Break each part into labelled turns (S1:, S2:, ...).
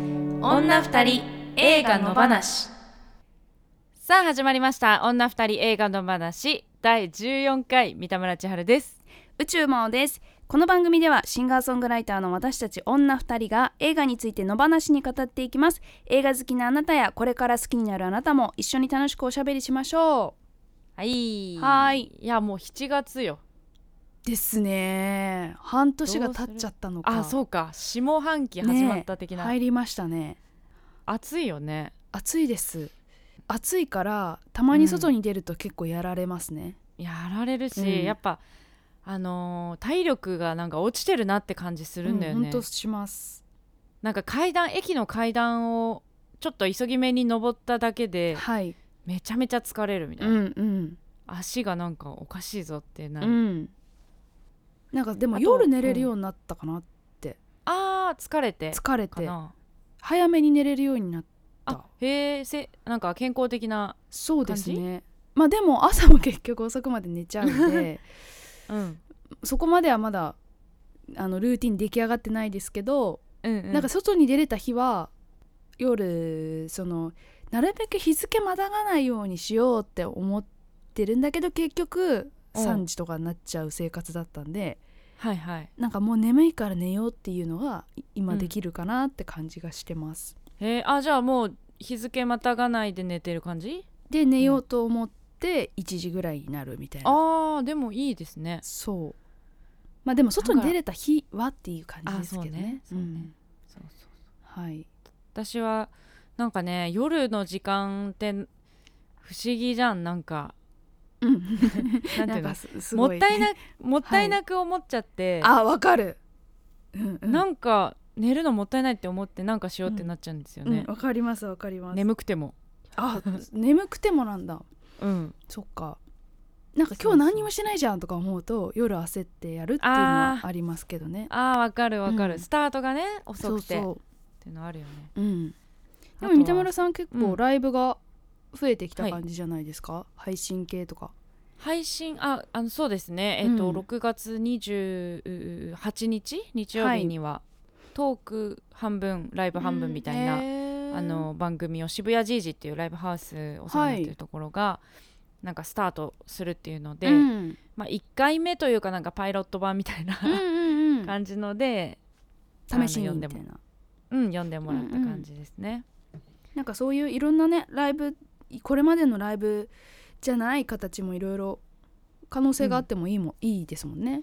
S1: 女二人映画の話
S2: さあ始まりました女二人映画の話第14回三田村千春です
S3: 宇宙魔王ですこの番組ではシンガーソングライターの私たち女二人が映画についての話に語っていきます映画好きなあなたやこれから好きになるあなたも一緒に楽しくおしゃべりしましょ
S2: はい
S3: はーい
S2: いやもう7月よ
S3: うですね半年が経っちゃったのか
S2: あそうか下半期始まった的な、
S3: 入りましたね
S2: 暑いよね
S3: 暑いです暑いからたまに外に出ると結構やられますね、
S2: やられるし、
S3: うん
S2: やっぱあのー体力がなんか落ちてるなって感じするんだよ
S3: う
S2: ね、
S3: ほんとします
S2: なんか階段駅の階段をちょっと急ぎ目に登っただけで
S3: はい
S2: めちゃめちゃ疲れるみた
S3: う
S2: いな、
S3: んうん
S2: 足がなんかおかしいぞってな
S3: う
S2: る、
S3: んなんかでも
S2: あと
S3: 夜寝れるようになったかな、
S2: あー疲れて
S3: 疲れ
S2: か
S3: て
S2: な
S3: 早めに寝れるようになった
S2: あへえせなんか健康的な
S3: そうですねまあでも 朝も結局遅くまで寝ちゃうんで
S2: うん、
S3: そこまではまだあのルーティン出来上がってないですけど、
S2: うん
S3: なんか外に出れた日は夜そのなるべく日付またがないようにしようって思ってるんだけど結局
S2: うん
S3: 3時とかになっちゃう生活だったんで、
S2: はいはい
S3: なんかもう眠いから寝ようっていうのがい今できるかなって感じがしてます。
S2: えー、あじゃあもう日付またがないで寝てる感じ
S3: で寝ようと思って1時ぐらいになるみたいな。
S2: あーでもいいですね
S3: そうまあでも外に出れた日はっていう感じですけどね
S2: あそうねそうね
S3: ん
S2: そうそう
S3: はい
S2: 私はなんかね夜の時間って不思議じゃんなんか
S3: うん
S2: なんて
S3: ない
S2: うんの
S3: かすす
S2: も
S3: ご
S2: っ
S3: い
S2: たいなもったいなく思っちゃって、
S3: あわかるうんうん
S2: なんか寝るのもったいないって思ってなんかしようってなっちゃうんですよ
S3: うん
S2: ね、
S3: わかりますわかります
S2: 眠くても
S3: あ眠くてもなんだ
S2: うん
S3: そっかなんか今日何にもしてないじゃんとか思うと夜焦ってやるっていうのはありますけどね
S2: あーわかるわかる、
S3: うん
S2: スタートがね遅
S3: そう
S2: くてっ
S3: そ
S2: ていうのあるよね
S3: ううんで
S2: あとは
S3: も三田村さん結
S2: うん
S3: 構ライブが増えてきた
S2: はい
S3: 感じじゃないですか、配信系とか
S2: 配信ああのそうですねえっ、と、
S3: うん
S2: 6月28日日曜
S3: は
S2: 日
S3: い
S2: には、トーク半分ライブ半分みたいな、あの番組を渋谷ジージっていうライブハウスお世話になってるところが、なんかスタートするっていうの で、
S3: うん
S2: まあ、1回目というかなんかパイロット版みたいな、
S3: うんうんうん
S2: 感じので、
S3: 試しに
S2: あの
S3: み
S2: 読んで
S3: たい
S2: も
S3: な
S2: うん、読んでもらった感じですね。
S3: なんかそういういろんなねライブこれまでのライブじゃない形もいろいろ可能性があってもいいも、いいですもんね。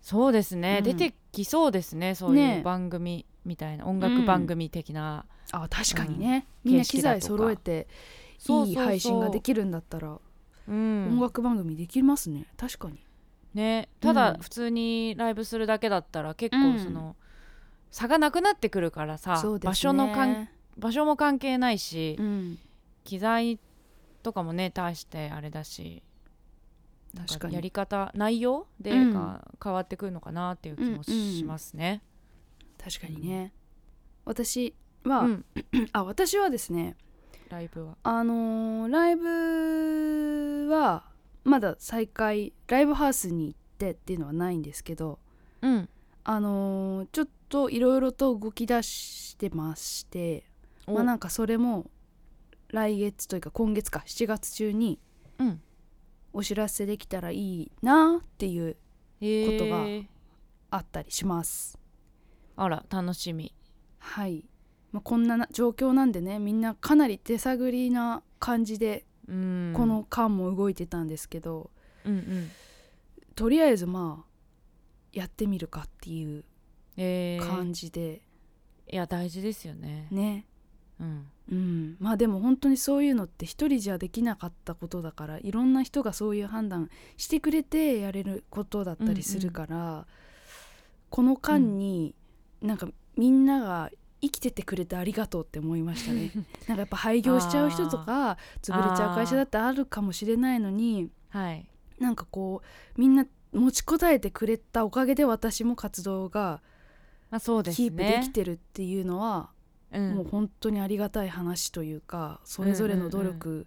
S2: そうですね、
S3: うん
S2: 出てきそうですねそうい
S3: ね
S2: う番組みたいな、音楽番組的な、
S3: あ確かにね、
S2: うん
S3: みんな
S2: 形式
S3: 機
S2: だとか
S3: 材揃えて
S2: そう
S3: い
S2: そ
S3: うい
S2: そう
S3: 配信ができるんだったら
S2: うん
S3: 音楽番組できますね確かに。
S2: ね、ただ
S3: うん
S2: 普通にライブするだけだったら結
S3: う
S2: 構
S3: ん
S2: その、差がなくなってくるからさ、
S3: そうですね
S2: 場所のかん場所も関係ないし、
S3: うん、
S2: 機材とかもね大してあれだし
S3: 確か
S2: やり
S3: に
S2: 方内容でか、
S3: うん
S2: 変わってくるのかなっていう気もしますね。
S3: 確かにね。私は、
S2: うん
S3: あ私はですね
S2: ライブは、
S3: あのーライブはまだ再開ライブハウスに行ってっていうのはないんですけど
S2: うん、
S3: あのーちょっといろいろと動き出してまして
S2: お
S3: まあなんかそれも来月というか今月か7月中に
S2: うん
S3: お知らせできたらいいなっていう
S2: えー
S3: ことがあったりします。
S2: あら楽しみ
S3: はい、まあ、こんなな状況なんでねみんなかなり手探りな感じで
S2: うん
S3: この間も動いてたんですけど、
S2: うんうん
S3: とりあえずまあやってみるかっていう
S2: えー
S3: 感じで
S2: いや大事ですよね
S3: ね。
S2: うん
S3: うん、まあでも本当にそういうのって一人じゃできなかったことだからいろんな人がそういう判断してくれてやれることだったりするから、この間になんかみんなが生きててくれてありがとうって思いま したねなんかやっぱ廃業しちゃう人とか潰れちゃう会社だってあるかもしれないのに
S2: はい
S3: なんかこうみんな持ちこたえてくれたおかげで私も活動が
S2: まあそうですね
S3: キープできてるっていうのは
S2: うん
S3: もう本当にありがたい話というかそれぞれの努力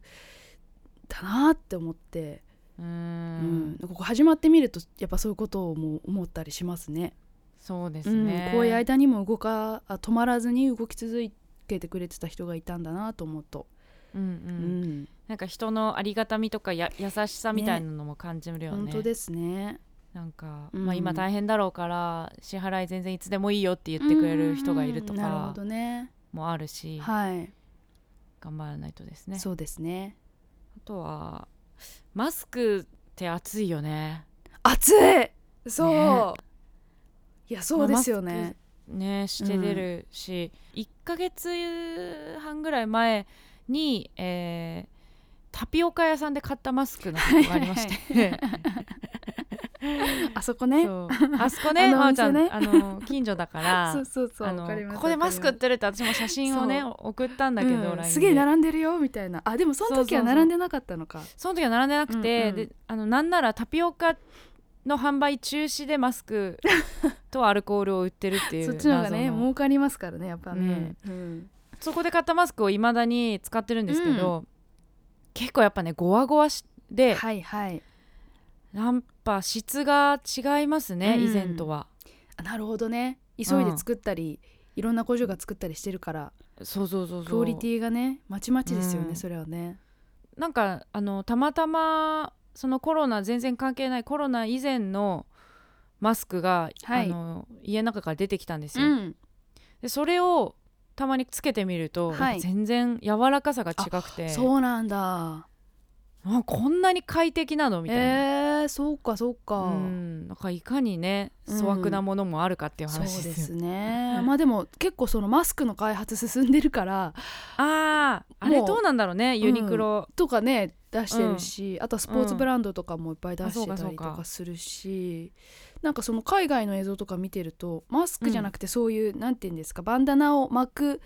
S3: だなって思って、
S2: う
S3: うん
S2: ん
S3: ここ始まってみるとやっぱそういうことをもう思ったりしますね。
S2: そうです
S3: うん
S2: ね、
S3: こういう間にも動かあ止まらずに動き続けてくれてた人がいたんだなと思うと、
S2: うんう、
S3: うんん
S2: なんか人のありがたみとかや優しさみたいなのも感じるよね
S3: 本当ですね
S2: なんか、
S3: うん
S2: まあ、今大変だろうから支払い全然いつでもいいよって言ってくれる人がいると
S3: なるほ
S2: か
S3: どね
S2: もあるし、
S3: はい
S2: 頑張らないとですね
S3: そうですね
S2: あとはマスクって暑いよね
S3: 暑いそう、
S2: ね
S3: いやそうですよね、
S2: まあマスねして出るし、1ヶ月半ぐらい前に、えータピオカ屋さんで買ったマスクのことがありまして
S3: あそこね
S2: そうあそこね
S3: あの
S2: まおちゃん
S3: お店ね
S2: あの近所だか ら
S3: そうそうそう
S2: あ
S3: わかり
S2: の
S3: ます
S2: ここでマスク売ってるって私も写真をね
S3: そ
S2: 送ったんだけど、
S3: うん
S2: LINE です
S3: げえ並んでるよみたいなあでもその時は
S2: そうそうそう
S3: 並んでなかったのか
S2: その時は並んでなくて、
S3: うんうん
S2: であのなんならタピオカの販売中止でマスクとアルコールを売ってるっていう
S3: そっちの方がね
S2: 謎の
S3: 儲かりますからねやっぱね、うん
S2: そこで買ったマスクをいまだに使ってるんですけど、結構やっぱねごわごわしで
S3: はいはい
S2: やっぱ質が違いますね、
S3: うん
S2: 以前とは
S3: あなるほどね急いで作ったり、いろんな工場が作ったりしてるから
S2: そうそうそうそう
S3: クオリティがねまちまちですよね、
S2: うん
S3: それはね
S2: なんかあのたまたまそのコロナ全然関係ないコロナ以前のマスクが、
S3: はい
S2: あの家の中から出てきたんですよ、
S3: ん
S2: でそれをたまにつけてみると、
S3: はい
S2: やっぱ全然柔らかさが違くて
S3: そうなんだ
S2: あこんなに快適なのみたいな、
S3: えー、そうかそうか、
S2: うん、なんかいかにね
S3: うん
S2: 粗悪なものもあるかっていう
S3: そうで
S2: 話ですよ、
S3: すねまあでも結構そのマスクの開発進んでるから
S2: あああれ
S3: もう
S2: どうなんだろうねユニクロ、
S3: とかね出してるし、あとはスポーツブランドとかもいっぱい出して
S2: あ
S3: た
S2: そうかそう
S3: りと
S2: か
S3: かするし、なんかその海外の映像とか見てるとマスクじゃなくてそういう、なんて言うんですかバンダナを巻く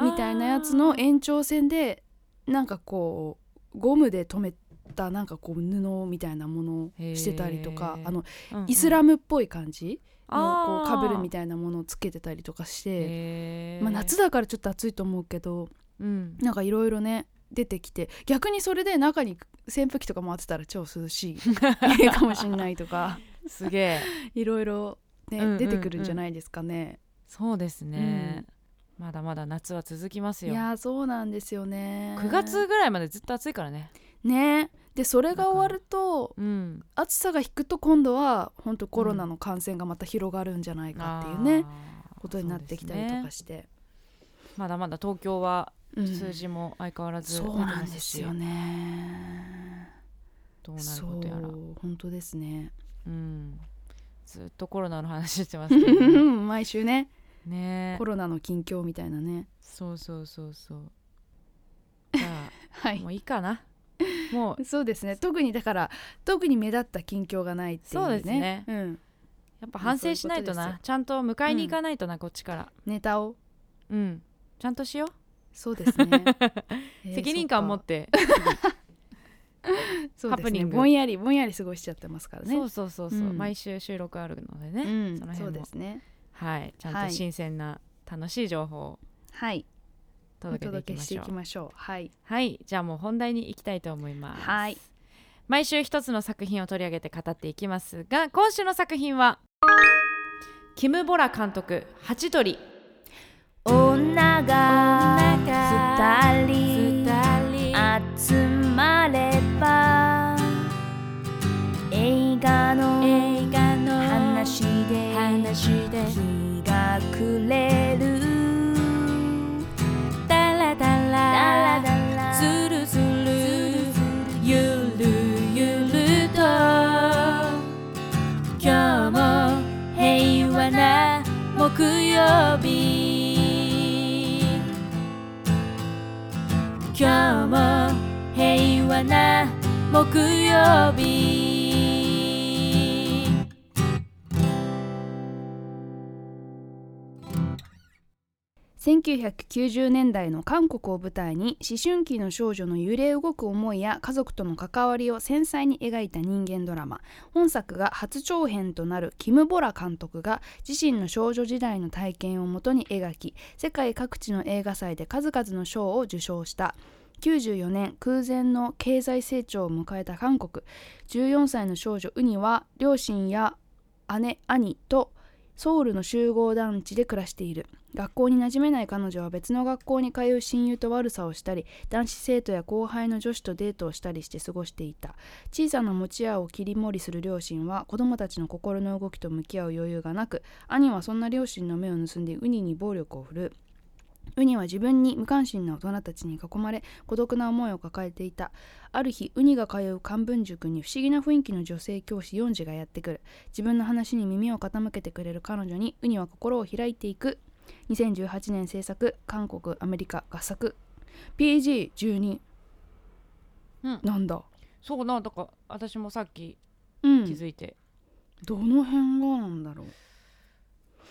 S3: みたいなやつの延長線でなんかこうゴムで留めたなんかこう布みたいなものをしてたりとか
S2: へー
S3: あの
S2: うんうん
S3: イスラムっぽい感じ
S2: あ
S3: のこう被るみ
S2: たい
S3: たいなものをつけてたりとかして、
S2: で
S3: まあ、夏だからちょっと暑いと思うけど
S2: うん、
S3: なんかいろいろね出てきて逆にそれで中に扇風機とか回ってたら超涼 しいかもしんないとか
S2: すげえ
S3: いろいろね、
S2: うんうんうん
S3: 出てくるんじゃないですかね。
S2: そうですね、まだまだ夏は続きます
S3: い
S2: よ
S3: やーそうなんですよね。
S2: 9月ぐらいまでずっと暑いからね
S3: ねでそれが終わると
S2: うん
S3: 暑さが引くと今度は本当コロナの感染がまた広がるんじゃないかっていうね、
S2: あー
S3: ことになってきたり
S2: そう
S3: と
S2: で
S3: かし
S2: すね
S3: て。
S2: まだまだ東京は
S3: うん
S2: 数字も相変わらず、
S3: そうなんですよね。
S2: どうなる
S3: そ
S2: ことやらう、
S3: う本当ですね。
S2: ん、ずっとコロナの話してますけど ね
S3: 毎週ね
S2: ね
S3: コロナの近況みたいなね。
S2: そうそうそうそうじゃ
S3: は
S2: あ
S3: い
S2: もういい かなもう
S3: そうですね特にだから特に目立った近況がないっていうね
S2: そうですね
S3: うん、
S2: やっぱ反省しないと
S3: そういうこと
S2: な
S3: で
S2: ちゃんと迎えに行かないとな、こっちから
S3: ネタを
S2: うんちゃんとしよう、
S3: そうです ね、えー
S2: 責任感持っ
S3: そ
S2: て
S3: っかそうですね
S2: ハプニング
S3: ぼんやりぼんやり過ごしちゃってますからね
S2: そうそうそうそう、
S3: うん
S2: 毎週収録あるのでね、
S3: うん
S2: その
S3: そう
S2: 辺
S3: で
S2: も
S3: すね
S2: はいちゃん
S3: は
S2: と
S3: い
S2: 新鮮な楽しい情報を
S3: はいお
S2: 届けてい
S3: 届
S2: き
S3: け
S2: ま
S3: して
S2: し
S3: い
S2: ょう
S3: きましょうはい
S2: はいじゃあもう本題に行きたいと思います、
S3: はい
S2: 毎週一つの作品を取り上げて語っていきますが今週の作品はキム・ボラ監督「ハチドリ
S1: 女が
S2: 二
S1: 二人
S2: 人
S1: 集まれば映画の話で日が暮れるダラダラズルズルゆるゆると今日も平和な木曜日今日も平和な木曜日
S3: 1990年代の韓国を舞台に思春期の少女の揺れ動く思いや家族との関わりを繊細に描いた人間ドラマ本作が初長編となるキム・ボラ監督が自身の少女時代の体験をもとに描き世界各地の映画祭で数々の賞を受賞した94年空前の経済成長を迎えた韓国14歳の少女ウニは両親や姉兄とソウルの集合団地で暮らしている学校に馴染めない彼女は別の学校に通う親友と悪さをしたり男子生徒や後輩の女子とデートをしたりして過ごしていた小さな持ち屋を切り盛りする両親は子供たちの心の動きと向き合う余裕がなく兄はそんな両親の目を盗んでウニに暴力を振るうウニは自分に無関心な大人たちに囲まれ孤独な思いを抱えていたある日ウニが通う漢文塾に不思議な雰囲気の女性教師ヨンジがやってくる自分の話に耳を傾けてくれる彼女にウニは心を開いていく2018年制作韓国アメリカ合作 PG12、
S2: うん
S3: なんだ
S2: そうなんだから私もさっき
S3: うん
S2: 気づいて、
S3: どの辺がなんだろ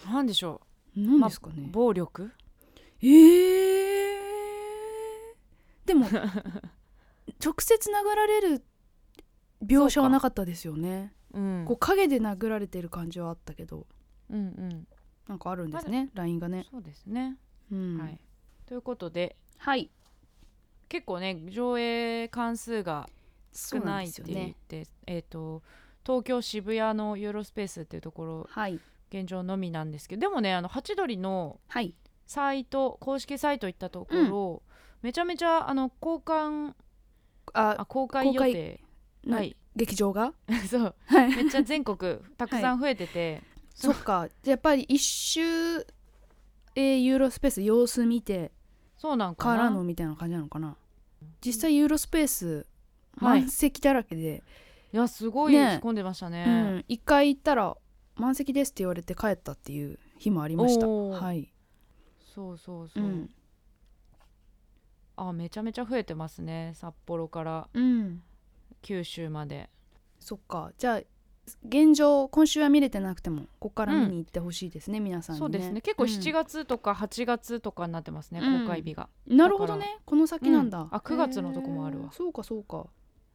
S3: う
S2: なんでしょ
S3: 何ですかね、
S2: う暴力
S3: えー、で も直接殴られる描写はなかったですよね
S2: うん
S3: こう影で殴られてる感じはあったけど
S2: うん
S3: なんかあるんですねラインが
S2: うん
S3: ね、
S2: そうですね、
S3: うん、
S2: はいということで
S3: はい
S2: 結構ね上映関数が
S3: 少
S2: 少ないって言って、えっ、と東京渋谷のユーロスペースっていうところ
S3: はい
S2: 現状のみなんですけどでもねあのハチドリの
S3: はい
S2: サイト公式サイト行ったところ、めちゃめちゃあの交換
S3: あ
S2: あ公開予定
S3: な
S2: はい
S3: 劇場が
S2: そう
S3: はい
S2: めっちゃ全国たくさん増えて て、
S3: そっかじゃあやっぱり一周、えーユーロスペース様子見て
S2: そうなんか
S3: か
S2: な
S3: らのみたいな感じなのかな実際ユーロスペース
S2: はい
S3: 満席だらけで、
S2: いやすごい
S3: ね
S2: 仕込んでましたね
S3: う。ん、1回行ったら満席ですって言われて帰ったっていう日もありました
S2: おー
S3: はい、
S2: そうそう
S3: う
S2: そう。
S3: ん
S2: あめちゃめちゃ増えてますね札幌から
S3: うん、
S2: 九州まで。
S3: そっかじゃあ現状今週は見れてなくてもここから見に行ってほしいですね、皆さんにね
S2: そうですね結構
S3: ん
S2: 7月とか8月とかになってますね、
S3: うん
S2: 公開日が。
S3: なるほどねこの先なんだ、
S2: うんあ9月のとこもあるわ
S3: へーそうかそうか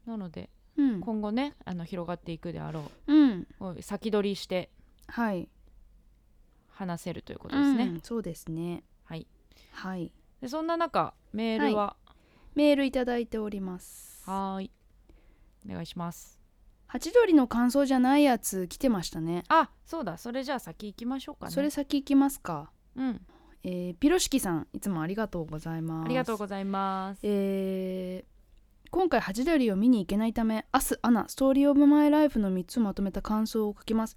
S2: なので
S3: うん、
S2: 今後ねあの広がっていくであろ
S3: うん、
S2: う先取りして
S3: はい
S2: 話せるということですね。
S3: うんそうですね
S2: はい
S3: はい
S2: でそんな中メールは
S3: メールいただいております
S2: はーいお願いします。
S3: ハチドリの感想じゃないやつ来てましたね
S2: あそうだそれじゃあ先行きましょうかね。
S3: それ先行きますか、
S2: うん、
S3: えー、ピロシキさんいつもありがとうございます
S2: ありがとうございます。
S3: えー今回ハチドリを見に行けないため「明日アナストーリー・オブ・マイ・ライフ」の3つをまとめた感想を書きます。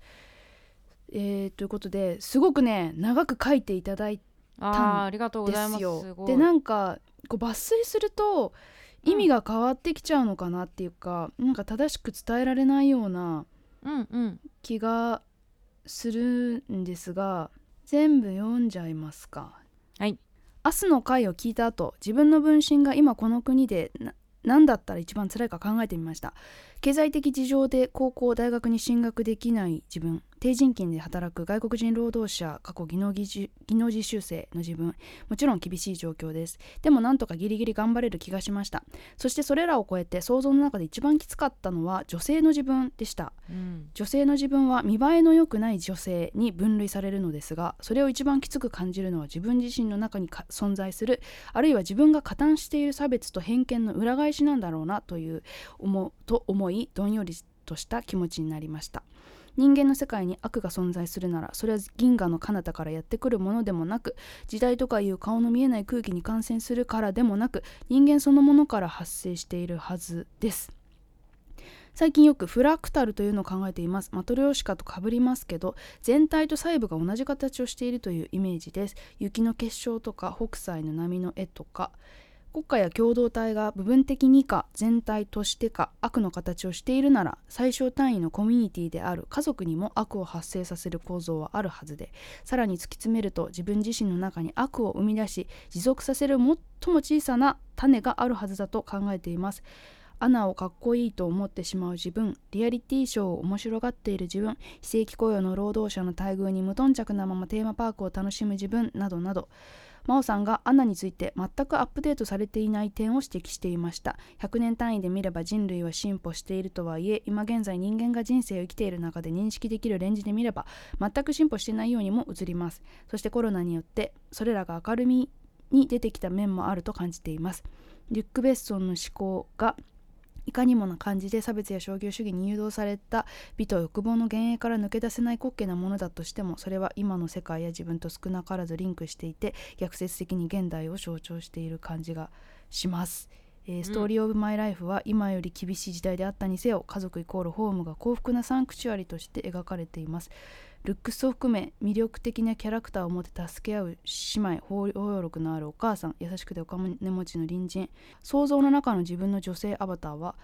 S3: えーということですごくね長く書いていただい
S2: あーありがとうご
S3: で
S2: ざいますす。す
S3: よ。
S2: ごい
S3: でなんかこう抜粋すると
S2: うん
S3: 意味が変わってきちゃうのかなっていうか、なんか正しく伝えられないような
S2: うんうん
S3: 気がするんですが全部読んじゃいますか
S2: はい
S3: 明日の回を聞いた後自分の分身が今この国でな何だったら一番辛いか考えてみました経済的事情で高校大学に進学できない自分低人勤で働く外国人労働者過去技能技術技能実習生の自分もちろん厳しい状況ですでもなんとかギリギリ頑張れる気がしましたそしてそれらを超えて想像の中で一番きつかったのは女性の自分でした
S2: うん
S3: 女性の自分は見栄えの良くない女性に分類されるのですがそれを一番きつく感じるのは自分自身の中にか存在するあるいは自分が加担している差別と偏見の裏返しなんだろうなという思うと思いどんよりとした気持ちになりました人間の世界に悪が存在するならそれは銀河の彼方からやってくるものでもなく時代とかいう顔の見えない空気に感染するからでもなく人間そのものから発生しているはずです最近よくフラクタルというのを考えていますマトリョーシカとかぶりますけど全体と細部が同じ形をしているというイメージです雪の結晶とか北斎の波の絵とか国家や共同体が部分的にか全体としてか悪の形をしているなら最小単位のコミュニティである家族にも悪を発生させる構造はあるはずでさらに突き詰めると自分自身の中に悪を生み出し持続させる最も小さな種があるはずだと考えていますアナをかっこいいと思ってしまう自分リアリティショーを面白がっている自分非正規雇用の労働者の待遇に無頓着なままテーマパークを楽しむ自分などなど真央さんがアナについて全くアップデートされていない点を指摘していました100年単位で見れば人類は進歩しているとはいえ今現在人間が人生を生きている中で認識できるレンジで見れば全く進歩してないようにも映りますそしてコロナによってそれらが明るみに出てきた面もあると感じていますリュック・ベッソンの思考がいかにもな感じで差別や商業主義に誘導された美と欲望の幻影から抜け出せない滑稽なものだとしてもそれは今の世界や自分と少なからずリンクしていて逆説的に現代を象徴している感じがします。えーストーリー・オブ・マイ・ライフは今より厳しい時代であったにせよ家族イコールホームが幸福なサンクチュアリとして描かれていますルックスを含め魅力的なキャラクターを持って助け合う姉妹包容力のあるお母さん優しくてお金持ちの隣人想像の中の自分の女性アバターは、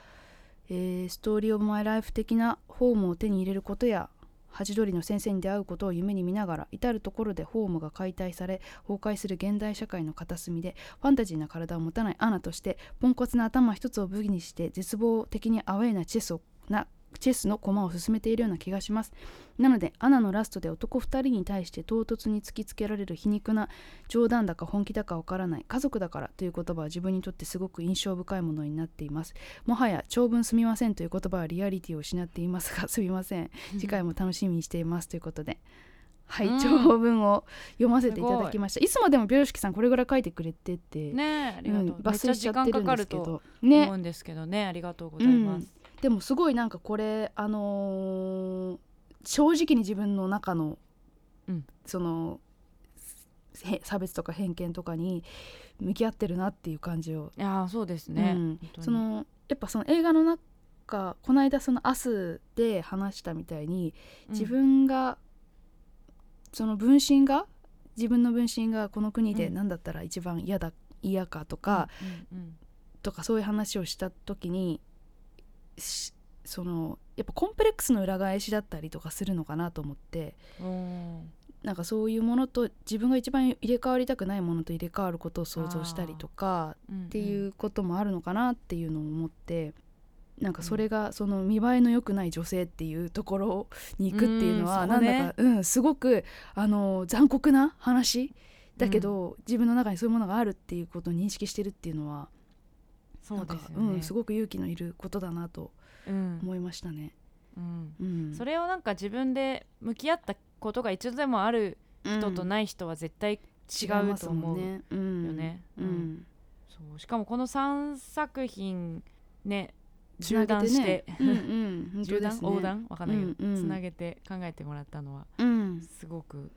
S3: えーストーリー・オブ・マイ・ライフ的なホームを手に入れることやハチドリの先生に出会うことを夢に見ながら至る所でホームが解体され崩壊する現代社会の片隅でファンタジーな体を持たないアナとしてポンコツな頭一つを武器にして絶望的にアウェイなチェスをなチェスの駒を進めているような気がしますなのでアナのラストで男2人に対して唐突に突きつけられる皮肉な冗談だか本気だかわからない家族だからという言葉は自分にとってすごく印象深いものになっていますもはや長文すみませんという言葉はリアリティを失っていますがすみません次回も楽しみにしていますということではい、
S2: うん
S3: 長文を読ませていただきましたいつもでもビョロシキさんこれぐらい書いてくれてて、
S2: ねあり
S3: う
S2: がとう、
S3: ん、
S2: め
S3: 抜
S2: っちゃ
S3: 粋しち
S2: 時
S3: ゃっ
S2: 間
S3: てる
S2: か
S3: ん
S2: か
S3: です
S2: る
S3: け
S2: と
S3: どね
S2: 思うんですけどねありがとうございます、
S3: でもすごいなんかこれあのー正直に自分の中の、
S2: うん
S3: そのへ差別とか偏見とかに向き合ってるなっていう感じを、
S2: いやーそうですね、
S3: うん
S2: 本当に
S3: そのやっぱその映画の中この間その「アスで話したみたいに自、分が、その分身が自分の分身がこの国で
S2: うん
S3: 何だったら一番嫌だ嫌かと
S2: うん
S3: か、
S2: うんうん
S3: とかそういう話をした時にしそのやっぱコンプレックスの裏返しだったりとかするのかなと思って
S2: おー
S3: なんかそういうものと自分が一番入れ替わりたくないものと入れ替わることを想像したりとか
S2: うん
S3: っていうこともあるのかなっていうのを思って。なんかそれがその見栄えの良くない女性っていうところに行くっていうのは
S2: うん
S3: な
S2: そ
S3: ん
S2: うね
S3: だかうんすごくあの残酷な話だけど自分の中にそういうものがあるっていうことを認識してるっていうのは
S2: そうですよね
S3: なんかうん、すごく勇気のいることだなと
S2: うん
S3: 思いましたね。
S2: うん
S3: うん、
S2: それをなんか自分で向き合ったことが一度でもある人と
S3: うん
S2: ない人は絶対違
S3: 違いうます
S2: と
S3: も
S2: 思
S3: ん
S2: うよ
S3: ね。うん
S2: ね、
S3: う
S2: うん
S3: ん、
S2: そうしかもこの3作品ね
S3: つな
S2: 中
S3: げ
S2: 断して
S3: ね、うんうん、本当
S2: 縦
S3: で
S2: 断、
S3: すね
S2: 横断わかんないけど、
S3: うんうん
S2: つなげて考えてもらったのは
S3: うん、
S2: すごく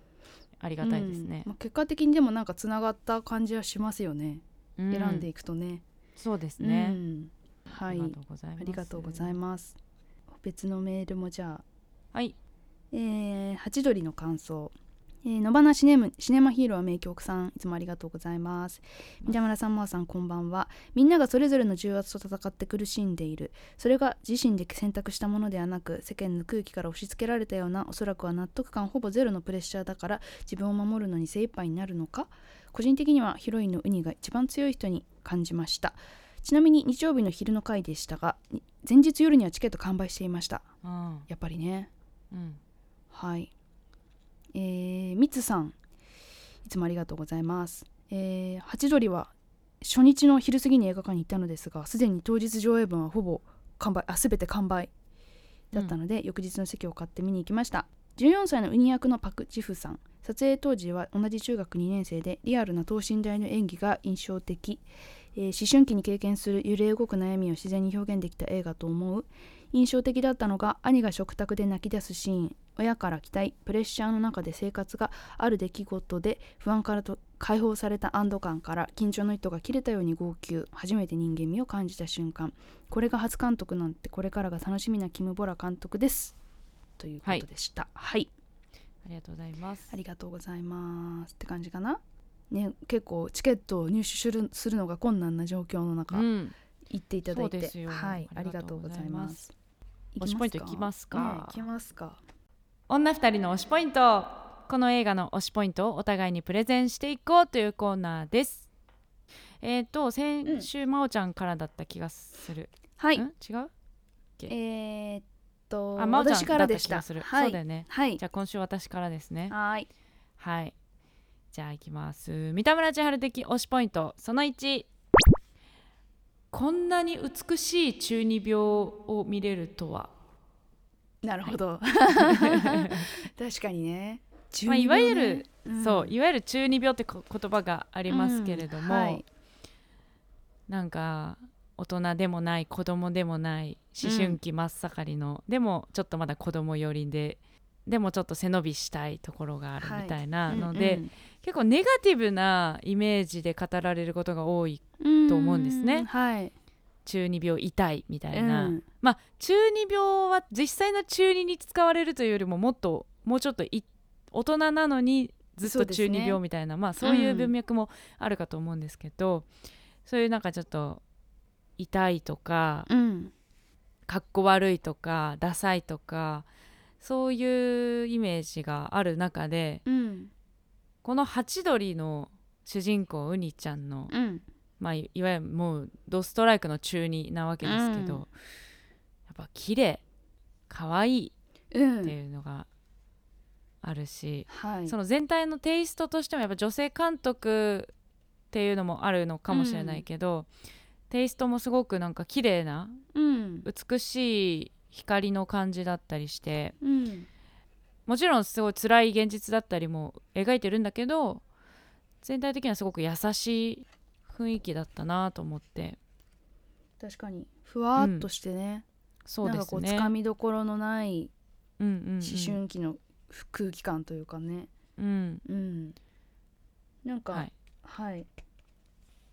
S2: ありがたいですね
S3: うん、まあ、結果的にでもなんかつながった感じはしますよね。
S2: う
S3: 選んでいくとね。
S2: そうです
S3: う
S2: ね、
S3: ん、はい、
S2: ありがとうございます
S3: ありがとうござい
S2: ま
S3: ます。別のメールもじゃあ
S2: すはい
S3: えー、ハチドリの感想、えー、野花シネムシネマヒーローは名曲さんいつもありがとうございます三田村さんまーさんこんばんはみんながそれぞれの重圧と戦って苦しんでいるそれが自身で選択したものではなく世間の空気から押し付けられたようなおそらくは納得感ほぼゼロのプレッシャーだから自分を守るのに精一杯になるのか個人的にはヒロインのウニが一番強い人に感じましたちなみに日曜日の昼の回でしたがに前日夜にはチケット完売していました
S2: うん
S3: やっぱりね
S2: うん
S3: はい。えー、みつさん、いつもありがとうございます。えー、ハチドリは初日の昼過ぎに映画館に行ったのですが、すでに当日上映分はほぼ完売、あ、すべて完売だったので、翌日の席を買って見に行きました。14歳のウニ役のパク・ジフさん。撮影当時は同じ中学2年生でリアルな等身大の演技が印象的、えー思春期に経験する揺れ動く悩みを自然に表現できた映画と思う印象的だったのが兄が食卓で泣き出すシーン親から期待プレッシャーの中で生活がある出来事で不安からと解放された安堵感から緊張の糸が切れたように号泣初めて人間味を感じた瞬間これが初監督なんてこれからが楽しみなキム・ボラ監督ですということでしたはい
S2: ありがとうございます
S3: ありがとうございますって感じかな。ね、結構チケットを入手するするのが困難な状況の中、
S2: うん
S3: 行っていただいて
S2: そうですよ
S3: はい、あ
S2: あ
S3: り
S2: り
S3: がと
S2: がと
S3: う
S2: う
S3: ご
S2: ご
S3: ざ
S2: ざ
S3: い
S2: い
S3: ま
S2: ますす。
S3: い
S2: 推しポイントいきます
S3: ね
S2: か
S3: いきますか。
S2: 女二人の推しポイントこの映画の推しポイントをお互いにプレゼンしていこうというコーナーですえっ、と先週、真央ちゃんからだった気がする、
S3: はい、
S2: ん違う
S3: えー、っと、
S2: あ真央ちゃ
S3: 私
S2: ん
S3: か
S2: だ
S3: ら
S2: った
S3: でし
S2: 気
S3: た。
S2: がする、
S3: は
S2: そうだよ
S3: い、
S2: ね
S3: はい
S2: じ、ゃあ今週私からですね
S3: はい、
S2: はいじゃあ行きます三田村千春的推しポイントその1こんなに美しい中二病を見れるとは
S3: なるほど。 確かにね。
S2: まあ、いわゆる、
S3: 12ね
S2: そういわゆる中二病ってこ言葉がありますけれども、
S3: うんはい
S2: なんか大人でもない子供でもない思春期真っ盛りの、でもちょっとまだ子供寄りででもちょっと背伸びしたいところがあるみたいなので、結構ネガティブなイメージで語られることが多い
S3: うん
S2: と思うんですね
S3: はい、
S2: 中二病痛いみたいな、
S3: うん
S2: まあ中二病は実際の中二に使われるというよりももっともうちょっとい大人なのにずっ
S3: そう
S2: と
S3: です
S2: 中
S3: ね
S2: 二病みたいな、まあそういう
S3: うん
S2: 文脈もあるかと思うんですけど、そういうなんかちょっと痛いとか
S3: うん
S2: かっこ悪いとかダサいとかそういうイメージがある中で
S3: うん
S2: このハチドリの主人公ウニちゃんの
S3: うん
S2: まあ、いいわゆるもうドストライクの中二なわけですけど、
S3: うん
S2: やっぱ綺麗可愛い
S3: うん
S2: っていうのがあるし、
S3: はい
S2: その全体のテイストとしてもやっぱ女性監督っていうのもあるのかもしれないけど、テイストもすごくなんか綺麗な
S3: うん
S2: 美しい光の感じだったりして
S3: うん
S2: もちろんすごい辛い現実だったりも描いてるんだけど全体的にはすごく優しい雰囲気だったなと思って
S3: 確かにふわーっとしてね、
S2: そう
S3: なん
S2: で
S3: かこう
S2: すね。
S3: つかみどころのない
S2: うんうんうん、
S3: 思春期の空気感というかね
S2: うん
S3: うんなんか
S2: はい
S3: はい、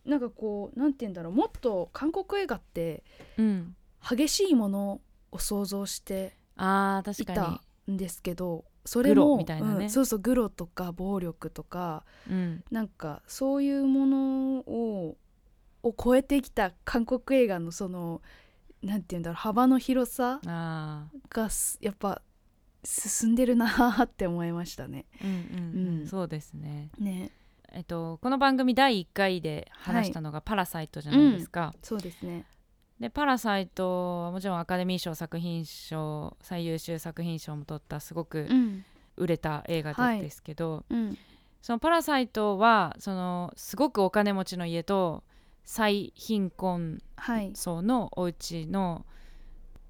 S3: なんかこうなんて言うんだろうもっと韓国映画って
S2: うん、
S3: 激しいものを想像して
S2: あー
S3: い
S2: 確か
S3: たんですけどそれも
S2: グロみたいなね
S3: うんそうそうグロとか暴力とか
S2: に、うん、
S3: なんかそういうものをを超えてきた韓国映画のそのなんて言うんだろう幅の広さ
S2: あ
S3: がすやっぱ進んでるなーって思いましたね。
S2: ーうんうん、うん
S3: うん
S2: そうですね
S3: ね
S2: えっとこの番組第1回で話したのが「パラサイト」じゃないですか、
S3: そうですね。
S2: で「パラサイト」はもちろんアカデミー賞作品賞最優秀作品賞も取ったすごく
S3: うん
S2: 売れた映画
S3: はい
S2: ですけど、
S3: うん
S2: その「パラサイトは」そのすごくお金持ちの家と最貧困
S3: はい
S2: 層のお家の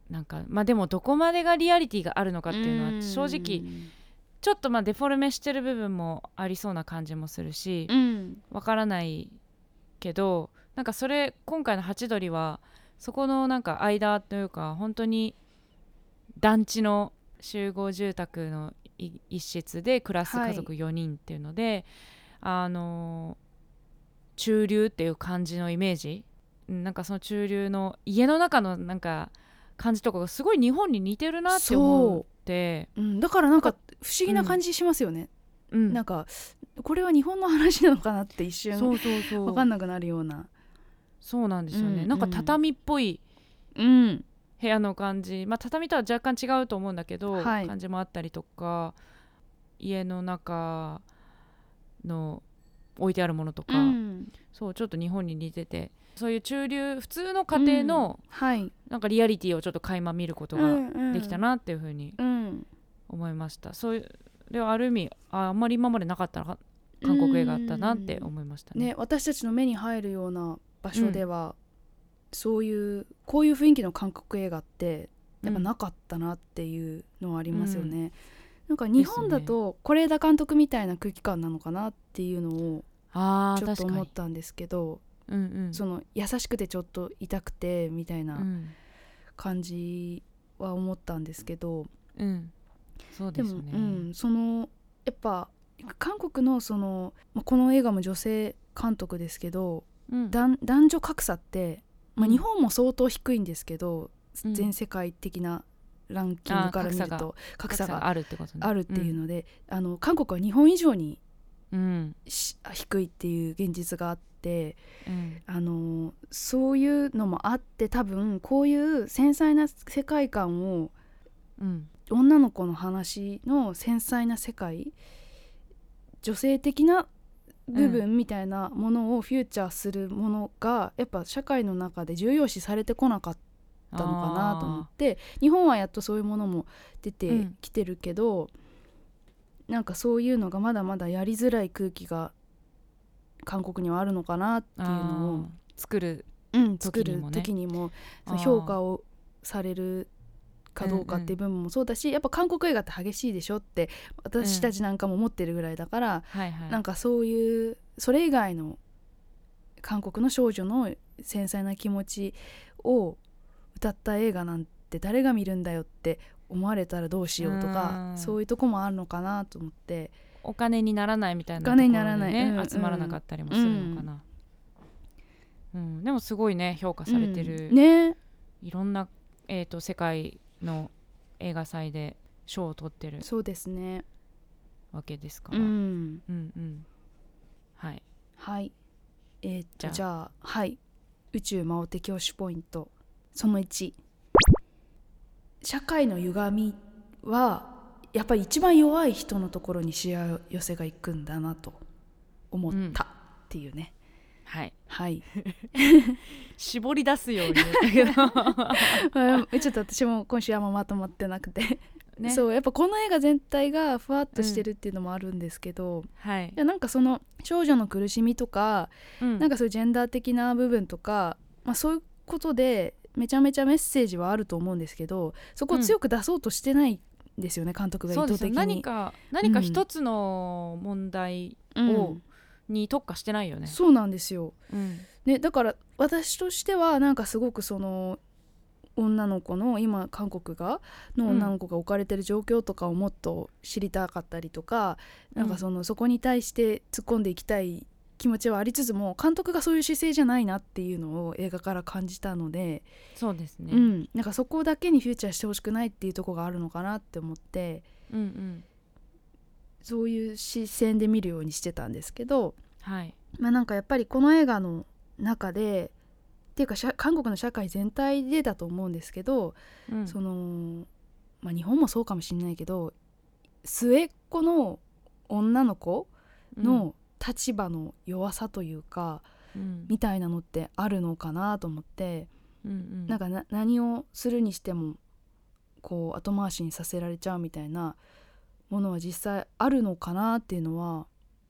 S2: なんかまあでもどこまでがリアリティがあるのかっていうのは正直ちょっとまあデフォルメしてる部分もありそうな感じもするし
S3: うん
S2: わからないけどなんかそれ今回の「ハチドリ」はそこのなんか間というか本当に団地の集合住宅のい一室で暮らす家族4人っていうので、あの中流っていう感じのイメージうんなんかその中流の家の中のなんか感じとかがすごい日本に似てるなって思って、
S3: うん、だからなんか不思議な感じしますよね、
S2: うん
S3: なんかこれは日本の話なのかなって一瞬
S2: そうそうそう
S3: 分かんなくなるような
S2: そうなんですよね、
S3: うん
S2: なんか
S3: うん
S2: 畳っぽい
S3: うん
S2: 部屋の感じ、まあ、畳とは若干違うと思うんだけど、
S3: はい
S2: 感じもあったりとか家の中の置いてあるものとか、
S3: うん
S2: そうちょっと日本に似ててそういう中流普通の家庭の
S3: はい
S2: なんかリアリティをちょっと垣間見ることができたなっていうふうに
S3: うん
S2: 思いました、そういうではある意味ああんまり今までなかったな韓国映画だったなって思いましたね。
S3: ね私たちの目に入るような場所では、そういうこういう雰囲気の韓国映画ってやっぱなかったなっていうのはありますよね、なんか日本だと是枝監督みたいな空気感なのかなっていうのを
S2: あー
S3: ちょっと
S2: 確か
S3: 思っ
S2: に、
S3: たんですけど
S2: うんうん
S3: その優しくてちょっと痛くてみたいうなん感じは思ったんですけど、
S2: うん、そう
S3: で
S2: です
S3: も、
S2: ね。
S3: うん、そのやっぱ韓国のその、まあ、この映画も女性監督ですけど
S2: うん
S3: 男男女格差って、まあ、
S2: うん
S3: 日本も相当低いんですけど、
S2: うん
S3: 全世界的なランキングから見る
S2: あー格差
S3: と格
S2: 格
S3: 差
S2: 差
S3: が
S2: があるってことね。
S3: あるっていうので、あの韓国は日本以上に
S2: うん、
S3: し低いっていう現実があって。
S2: うん
S3: あのそういうのもあって多分こういう繊細な世界観を
S2: うん
S3: 女の子の話の繊細な世界女性的な部分みたいなものをフューチャーするものが、やっぱ社会の中で重要視されてこなかったのかなと思って日本はやっとそういうものも出てきてるけど、なんかそういうのがまだまだやりづらい空気が韓国にはあるのかなって
S2: あ
S3: いう
S2: ー
S3: のを
S2: あー作る
S3: うん、作
S2: 時に
S3: る
S2: もね
S3: 時にもその
S2: あー
S3: 評価をされるかどうかっていう部分もそうだし、やっぱ韓国映画って激しいでしょって私たちなんかも思ってるぐらいだから、
S2: はいはい
S3: なんかそういうそれ以外の韓国の少女の繊細な気持ちを歌った映画なんて誰が見るんだよって思われたらどうしようとか
S2: うん
S3: そういうとこもあるのかなと思って
S2: お金にならないみたいな
S3: お金にならない
S2: ところにね
S3: うんうん
S2: 集まらなかったりもするのかな、うんでもすごいね評価されてる、
S3: うんね
S2: いろんな、えー、と世界の映画祭で賞を取ってる
S3: そうですね
S2: わけですか
S3: う
S2: ら、
S3: ん
S2: うんうんはい
S3: はいえーっ
S2: じゃ
S3: と
S2: あ
S3: じゃあはい宇宙魔王的教師ポイントその1社会の歪みはやっぱり一番弱い人のところにしわ寄せがいくんだなと思ったっていうね、
S2: はい
S3: はい
S2: 絞り出すように言ったけど
S3: うんちょっと私も今週あんままとまってなくて、
S2: ね
S3: そうやっぱこの映画全体がふわっとしてるっていうのもあるんですけど、い
S2: はい、
S3: やなんかその少女の苦しみとか、
S2: うん
S3: なんかそういうジェンダー的な部分とか、まあ、そういうことでめちゃめちゃメッセージはあると思うんですけどそこを強く出そうとしてないんですよね、監督が意
S2: そうで
S3: 図
S2: すよ
S3: 的に。
S2: 何か何か一つの問題
S3: うん
S2: をに特化してないよね、
S3: そうなんですよ
S2: うん
S3: ね、だから私としてはなんかすごくその女の子の今韓国がの
S2: うん
S3: 女の子が置かれてる状況とかをもっと知りたかったりとか、
S2: うん
S3: なんかそのそこに対して突っ込んでいきたい気持ちはありつつも監督がそういう姿勢じゃないなっていうのを映画から感じたので、
S2: そうですね、
S3: うん、なんかそこだけにフューチャーしてほしくないっていうところがあるのかなって思って
S2: うんうん
S3: そういう視線で見るようにしてたんですけど、
S2: はい
S3: まあ、なんかやっぱりこの映画の中でっていうか社韓国の社会全体でだと思うんですけど、
S2: うん
S3: その、まあ、日本もそうかもしれないけど末っ子の女の子の立場の弱さというか、
S2: うん
S3: みたいなのってあるのかなと思って、
S2: うんうん
S3: なんかな何をするにしてもこう後回しにさせられちゃうみたいなものは実際あるのかなっていうのは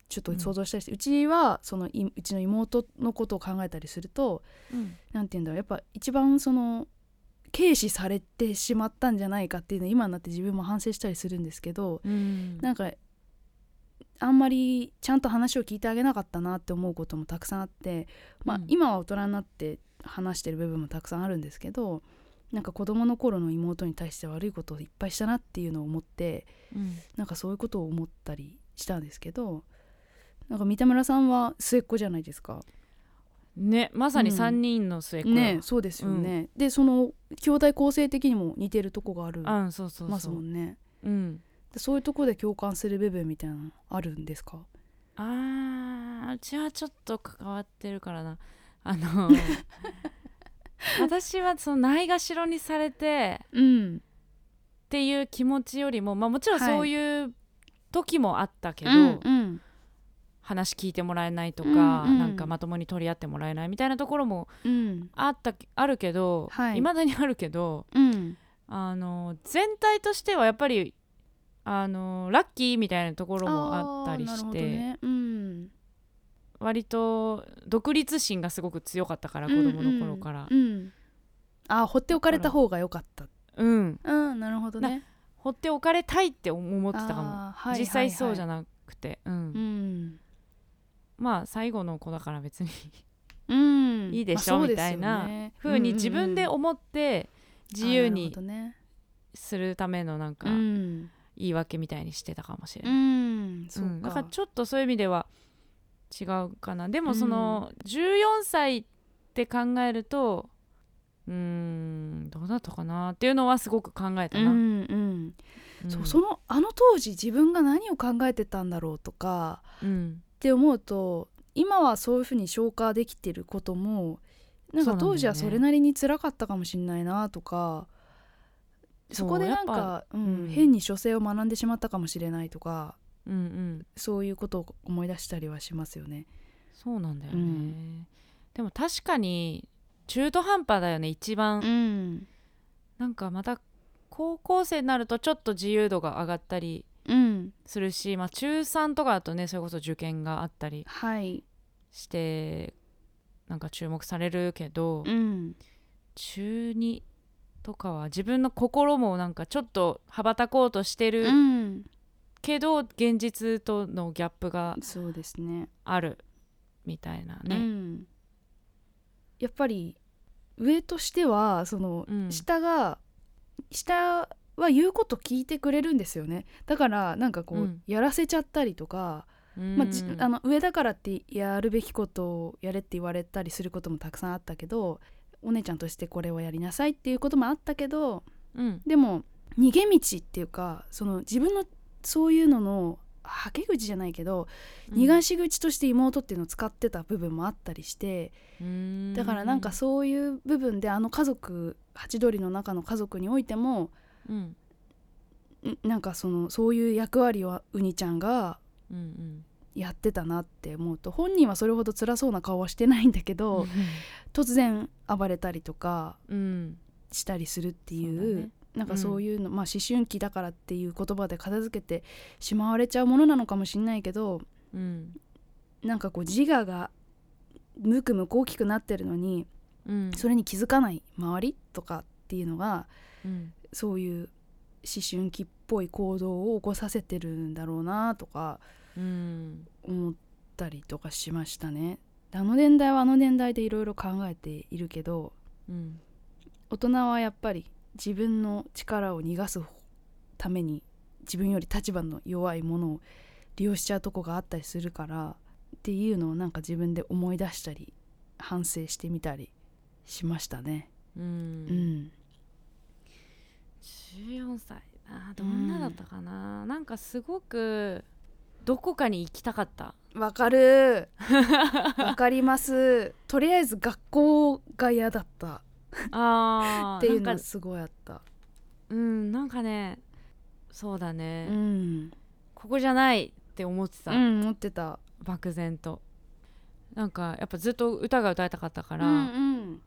S3: ちょっと想像したりして、うちはそのいうちの妹のことを考えたりすると
S2: うん
S3: 何て言うんだろうやっぱ一番その軽視されてしまったんじゃないかっていうのを今になって自分も反省したりするんですけど
S2: うん
S3: なんかあんまりちゃんと話を聞いてあげなかったなって思うこともたくさんあって、まあ
S2: うん
S3: 今は大人になって話してる部分もたくさんあるんですけどなんか子供の頃の妹に対して悪いことをいっぱいしたなっていうのを思って
S2: うん
S3: なんかそういうことを思ったりしたんですけどなんか三田村さんは末っ子じゃないですか。
S2: ねまさに
S3: うん
S2: 3人の末っ子だわ
S3: ねそうですよね。でその兄弟構成的にも似てるとこがある
S2: あうんそうそう
S3: ます
S2: そ
S3: も
S2: うん
S3: ね。
S2: うん
S3: でそういうとこで共感する部分みたいなのあるんですか
S2: あーうちはちょっと関わってるからなあ の私はそのないがしろにされて
S3: うん
S2: っていう気持ちよりもまあもちろんそういう時もあったけど、
S3: うんうん
S2: 話聞いてもらえないとか、
S3: うんうん
S2: なんかまともに取り合ってもらえないみたいなところも
S3: うん
S2: あったあるけど、
S3: はい
S2: 未だにあるけど
S3: うん
S2: あの全体としてはやっぱりあのラッキーみたいなところもあったり
S3: ーなる
S2: し
S3: ほど
S2: て、
S3: ねうん、
S2: 割と独立心がすごく強かったから子供の頃から
S3: う、んうんあー放っておかれた方が良かった
S2: うん
S3: うんなるほどね
S2: 放っておかれたいって思ってたかも、
S3: あーはい
S2: 実際そうじゃ
S3: な
S2: なくて、うん
S3: うん
S2: まあ最後の子だから別に
S3: うん
S2: いいでしょ
S3: まあそう
S2: み
S3: す
S2: た
S3: よ
S2: いな
S3: ね
S2: ふうに自分で
S3: うんうんうん
S2: 思って自由
S3: あーなるほ
S2: に
S3: どね
S2: するためのなんか
S3: うん
S2: 言い訳みたいにしてたかもしれ
S3: う
S2: ない、
S3: んそう
S2: うんだ
S3: か
S2: からちょっとそういう意味では違うかなでもその14歳って考えるとうーんどうだったかなっていうのはすごく考えた
S3: うん
S2: な、
S3: うん
S2: うん
S3: そうそのあの当時自分が何を考えてたんだろうとか
S2: うん
S3: って思うと今はそういうふうに消化できてることもなん
S2: そ
S3: か
S2: うなんだよね
S3: 当時はそれなりに辛かったかもしれないなとかそこでなん
S2: そうや
S3: か、うん
S2: うん
S3: 変に書生を学んでしまったかもしれないとか
S2: うんうん
S3: そういうことを思い出したりはしますよね。
S2: そうなんだよね、
S3: うん
S2: でも確かに中途半端だよね一番、
S3: ん、
S2: なんかまた高校生になるとちょっと自由度が上がったり
S3: うん、
S2: するし、まあ、中3とかだとねそれこそ受験があったり
S3: はい、
S2: してなんか注目されるけど、
S3: うん、
S2: 中2とかは自分の心もなんかちょっと羽ばたこうとして
S3: う
S2: る
S3: ん、
S2: けど、現実とのギャップが
S3: そうですね。
S2: あるみたいなね、
S3: うん、やっぱり上としてはその
S2: うん
S3: 下が、下は言うこと聞いてくれるんですよねだからなんかこう、
S2: うん
S3: やらせちゃったりとか、まあじ
S2: うん
S3: あの上だからってやるべきことをやれって言われたりすることもたくさんあったけどお姉ちゃんとしてこれをやりなさいっていうこともあったけど
S2: うん
S3: でも逃げ道っていうかその自分のそういうののはけ口じゃないけど、逃がし口として妹っていうのを使ってた部分もあったりして
S2: うん
S3: だからなんかそういう部分であの家族ハチドリの中の家族においても
S2: うん
S3: んなんかそのそういう役割をウニちゃんが
S2: うんうん
S3: やってたなって思うと本人はそれほど辛そうな顔はしてないんだけど突然暴れたりとか
S2: うん
S3: したりするって
S2: そ
S3: いう
S2: だ
S3: う
S2: ね
S3: なんかそういうの、まあ思春期だからっていう言葉で片付けてしまわれちゃうものなのかもしれないけど
S2: うん
S3: なんかこう自我がむくむく大きくなってるのに
S2: うん
S3: それに気づかない周りとかっていうのが
S2: うん
S3: そういう思春期っぽい行動を起こさせてるんだろうなとか
S2: うん
S3: 思ったりとかしましたね。あの年代はあの年代でいろいろ考えているけど
S2: うん
S3: 大人はやっぱり自分の力を逃がすために自分より立場の弱いものを利用しちゃうとこがあったりするからっていうのをなんか自分で思い出したり反省してみたりしましたね。
S2: う
S3: うんん、
S2: 14歳あーどんなだったかな、なんかすごくどこかに行きたかった
S3: わかるわかりますとりあえず学校が嫌だった
S2: あー
S3: っていうの
S2: なん
S3: が
S2: か
S3: すごいあった
S2: うんなんかねそうだ
S3: う
S2: ね、
S3: ん、
S2: ここじゃないって思ってた、
S3: うん、持ってた
S2: 漠然となんかやっぱずっと歌が歌いたかったから、
S3: うん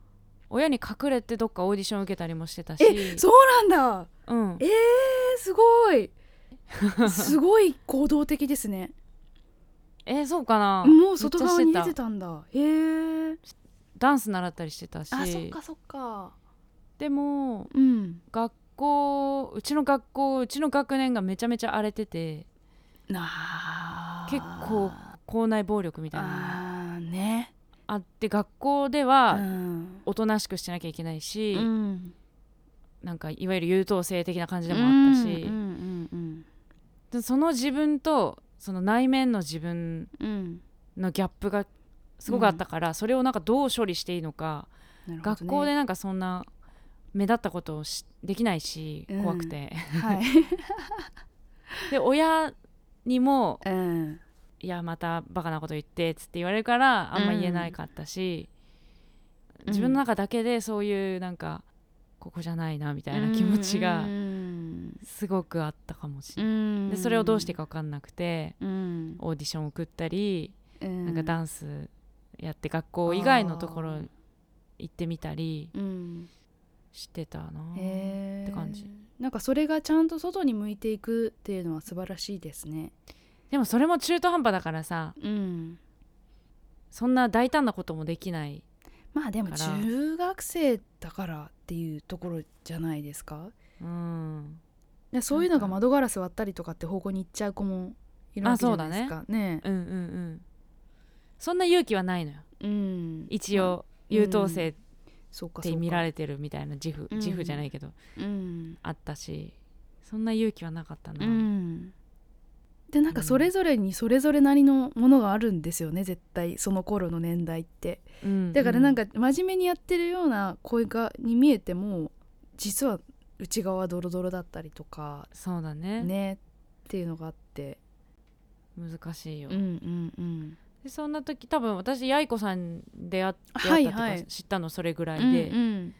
S2: 親に隠れてどっかオーディション受けたりもしてたし
S3: えそうなんだ
S2: うん
S3: えー、すごいすごい行動的ですね
S2: えそうかな
S3: もう外側に
S2: め
S3: 出
S2: っちゃしてた
S3: たんだへえ
S2: ダンス習ったりしてたし
S3: あそっかそっか
S2: でも
S3: うん
S2: 学校うちの学校うちの学年がめちゃめちゃ荒れてて
S3: なあ
S2: 結構校内暴力みたいなのが
S3: あーね
S2: あって学校で
S3: う
S2: は
S3: ん
S2: おとなしくしてなきゃいけないし、
S3: うん
S2: なんかいわゆる優等生的な感じでもあった
S3: う
S2: し、
S3: んうんうん
S2: でその自分とその内面の自分
S3: うんうん
S2: のギャップがすごくあったから、それをなんかどう処理していいのか、
S3: なるほどね
S2: 学校でなんかそんな目立ったことをしできないし
S3: うん
S2: 怖くて、
S3: はい、
S2: で親にも
S3: うん、
S2: 「いやまたバカなこと言って」っつって言われるからあんま言えないかったし、
S3: ん
S2: 自分の中だけでそういうなんかここじゃないなみたいな気持ちが
S3: うん
S2: すごくあったかもしれ
S3: う
S2: ない、
S3: ん
S2: でそれをどうしていいか分かんなくて
S3: うん、
S2: オーディション送ったり、
S3: な
S2: なんかダンスやって学校以外のところ行ってみたり
S3: うん
S2: してたな、
S3: へー
S2: って感じ
S3: なんかそれがちゃんと外に向いていくっていうのは素晴らしいですね
S2: でもそれも中途半端だからさ
S3: うん
S2: そんな大胆なこともできない
S3: まあでも
S2: だから
S3: 中学生だからっていうところじゃないですか
S2: うん
S3: でそういうのが窓ガラス割ったりとかって方向に行っちゃう子もいるわけじゃないですかね
S2: うんうんうんそんな勇気はないのよ
S3: うん
S2: 一応優等生っ
S3: そうか
S2: て見ら
S3: れ
S2: れてるみたいな自負
S3: うん
S2: 自負じゃないけど
S3: うん、
S2: あったしそんな勇気はなかったな、
S3: うん、でなんかそれぞれにそれぞれなりのものがあるんですよね絶対その頃の年代って
S2: うん
S3: だからなんか真面目にやってるような声がに見えても実は内側ドロドロだったりとか
S2: そうだね
S3: ねっていうのがあって
S2: 難しいよ、
S3: うんうんうん
S2: でそんな時多分私やいこさんであ出
S3: は
S2: 会
S3: い
S2: ったとか、
S3: はい
S2: 知ったのそれぐらいで,、
S3: うん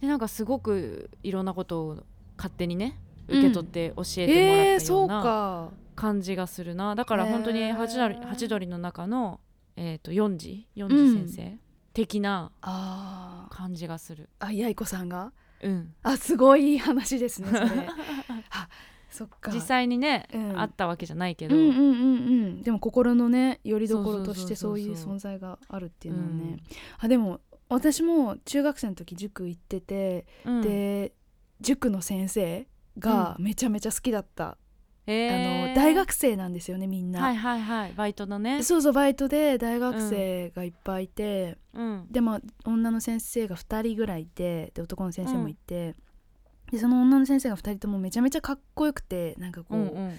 S2: でなんかすごくいろんなことを勝手にね受け取って教えても
S3: え
S2: ら
S3: ー
S2: ったよ
S3: そうう
S2: な、
S3: か
S2: 感じがするなだから本当
S3: へ
S2: に
S3: ー
S2: ハチドリハチドリの中の、えー、と4時4時先生、的な
S3: あー
S2: 感じがする
S3: あやいこさんが
S2: うん
S3: あすごいいい話ですねそ れあそっか
S2: 実際にね、
S3: うん
S2: あったわけじゃないけ
S3: う
S2: ど、
S3: んうんうんうんでも心のねよりどころとして
S2: そ
S3: そうう
S2: そう
S3: い
S2: そう
S3: う
S2: そうそう
S3: 存在があるっていうのは
S2: う
S3: ね
S2: ん
S3: あでも私も中学生の時塾行ってて
S2: うん
S3: で塾の先生がめちゃめちゃ好きだった
S2: え
S3: あの大学生なんですよねみんな、
S2: はいはいはいバイトのね
S3: そうそうバイトで大学生がいっぱいいて、
S2: うん
S3: でまあ女の先生が2人ぐらいいてで男の先生もいて、でその女の先生が2人ともめちゃめちゃかっこよくてなんかこ
S2: う
S3: う、
S2: んうん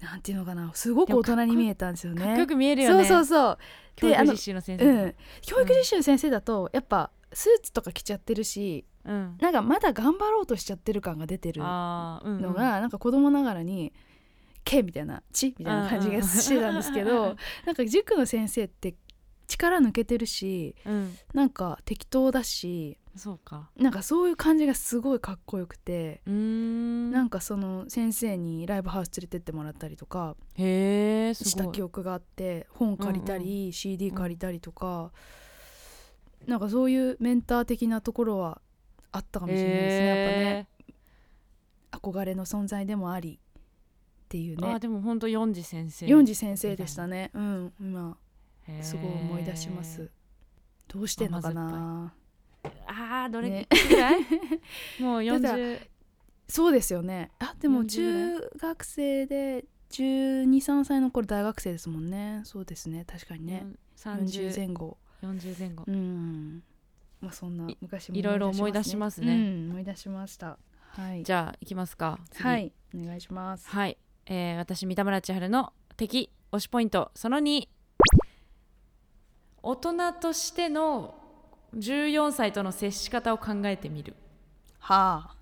S3: なんていうのかなすごく大人に見えたんですよね。
S2: かっこよく見えるよね
S3: そうそうそう
S2: 教
S3: であ
S2: 育
S3: の
S2: 実習の先生
S3: うん、教育実習の先生だとやっぱスーツとか着ちゃってるし
S2: うん
S3: なんかまだ頑張ろうとしちゃってる感が出てるの
S2: あーうんうん
S3: が、なんか子供ながらに「け」みたいな「ち」みたいな感じがしてたんですけど、
S2: うんうん
S3: なんか塾の先生って力抜けてるし
S2: うん
S3: なんか適当だし
S2: そうか
S3: なんかそういう感じがすごいかっこよくて。
S2: うーん
S3: なんかその先生にライブハウス連れてってもらったりとか
S2: へえす
S3: した
S2: ごい
S3: 記憶があって本借りたり、CD 借りたりとか、なんかそういうメンター的なところはあったかもしれないですね、やっぱね
S2: へ
S3: 憧れの存在でもありっていう
S2: ーあ
S3: ね
S2: ーでも本当四次先生
S3: 四次先生でしたねうん今
S2: へー
S3: すごい思い出しますどうしてんのかな
S2: あーどれ
S3: ね
S2: くらいもう四
S3: だか
S2: 十
S3: そうですよねあでも
S2: 40
S3: 中学生で1 2 3歳の頃大学生ですもんねそうですね確かにね
S2: 三十
S3: 40前後
S2: 四十前後
S3: うんまあそんな昔も
S2: いろいろ思い出しますね
S3: うん思い出しましたはい
S2: じゃあ行きますか次
S3: はいお願いします
S2: はい、えー私三田村千春の敵推しポイントその2大人としての14歳との接し方を考えてみる
S3: はあ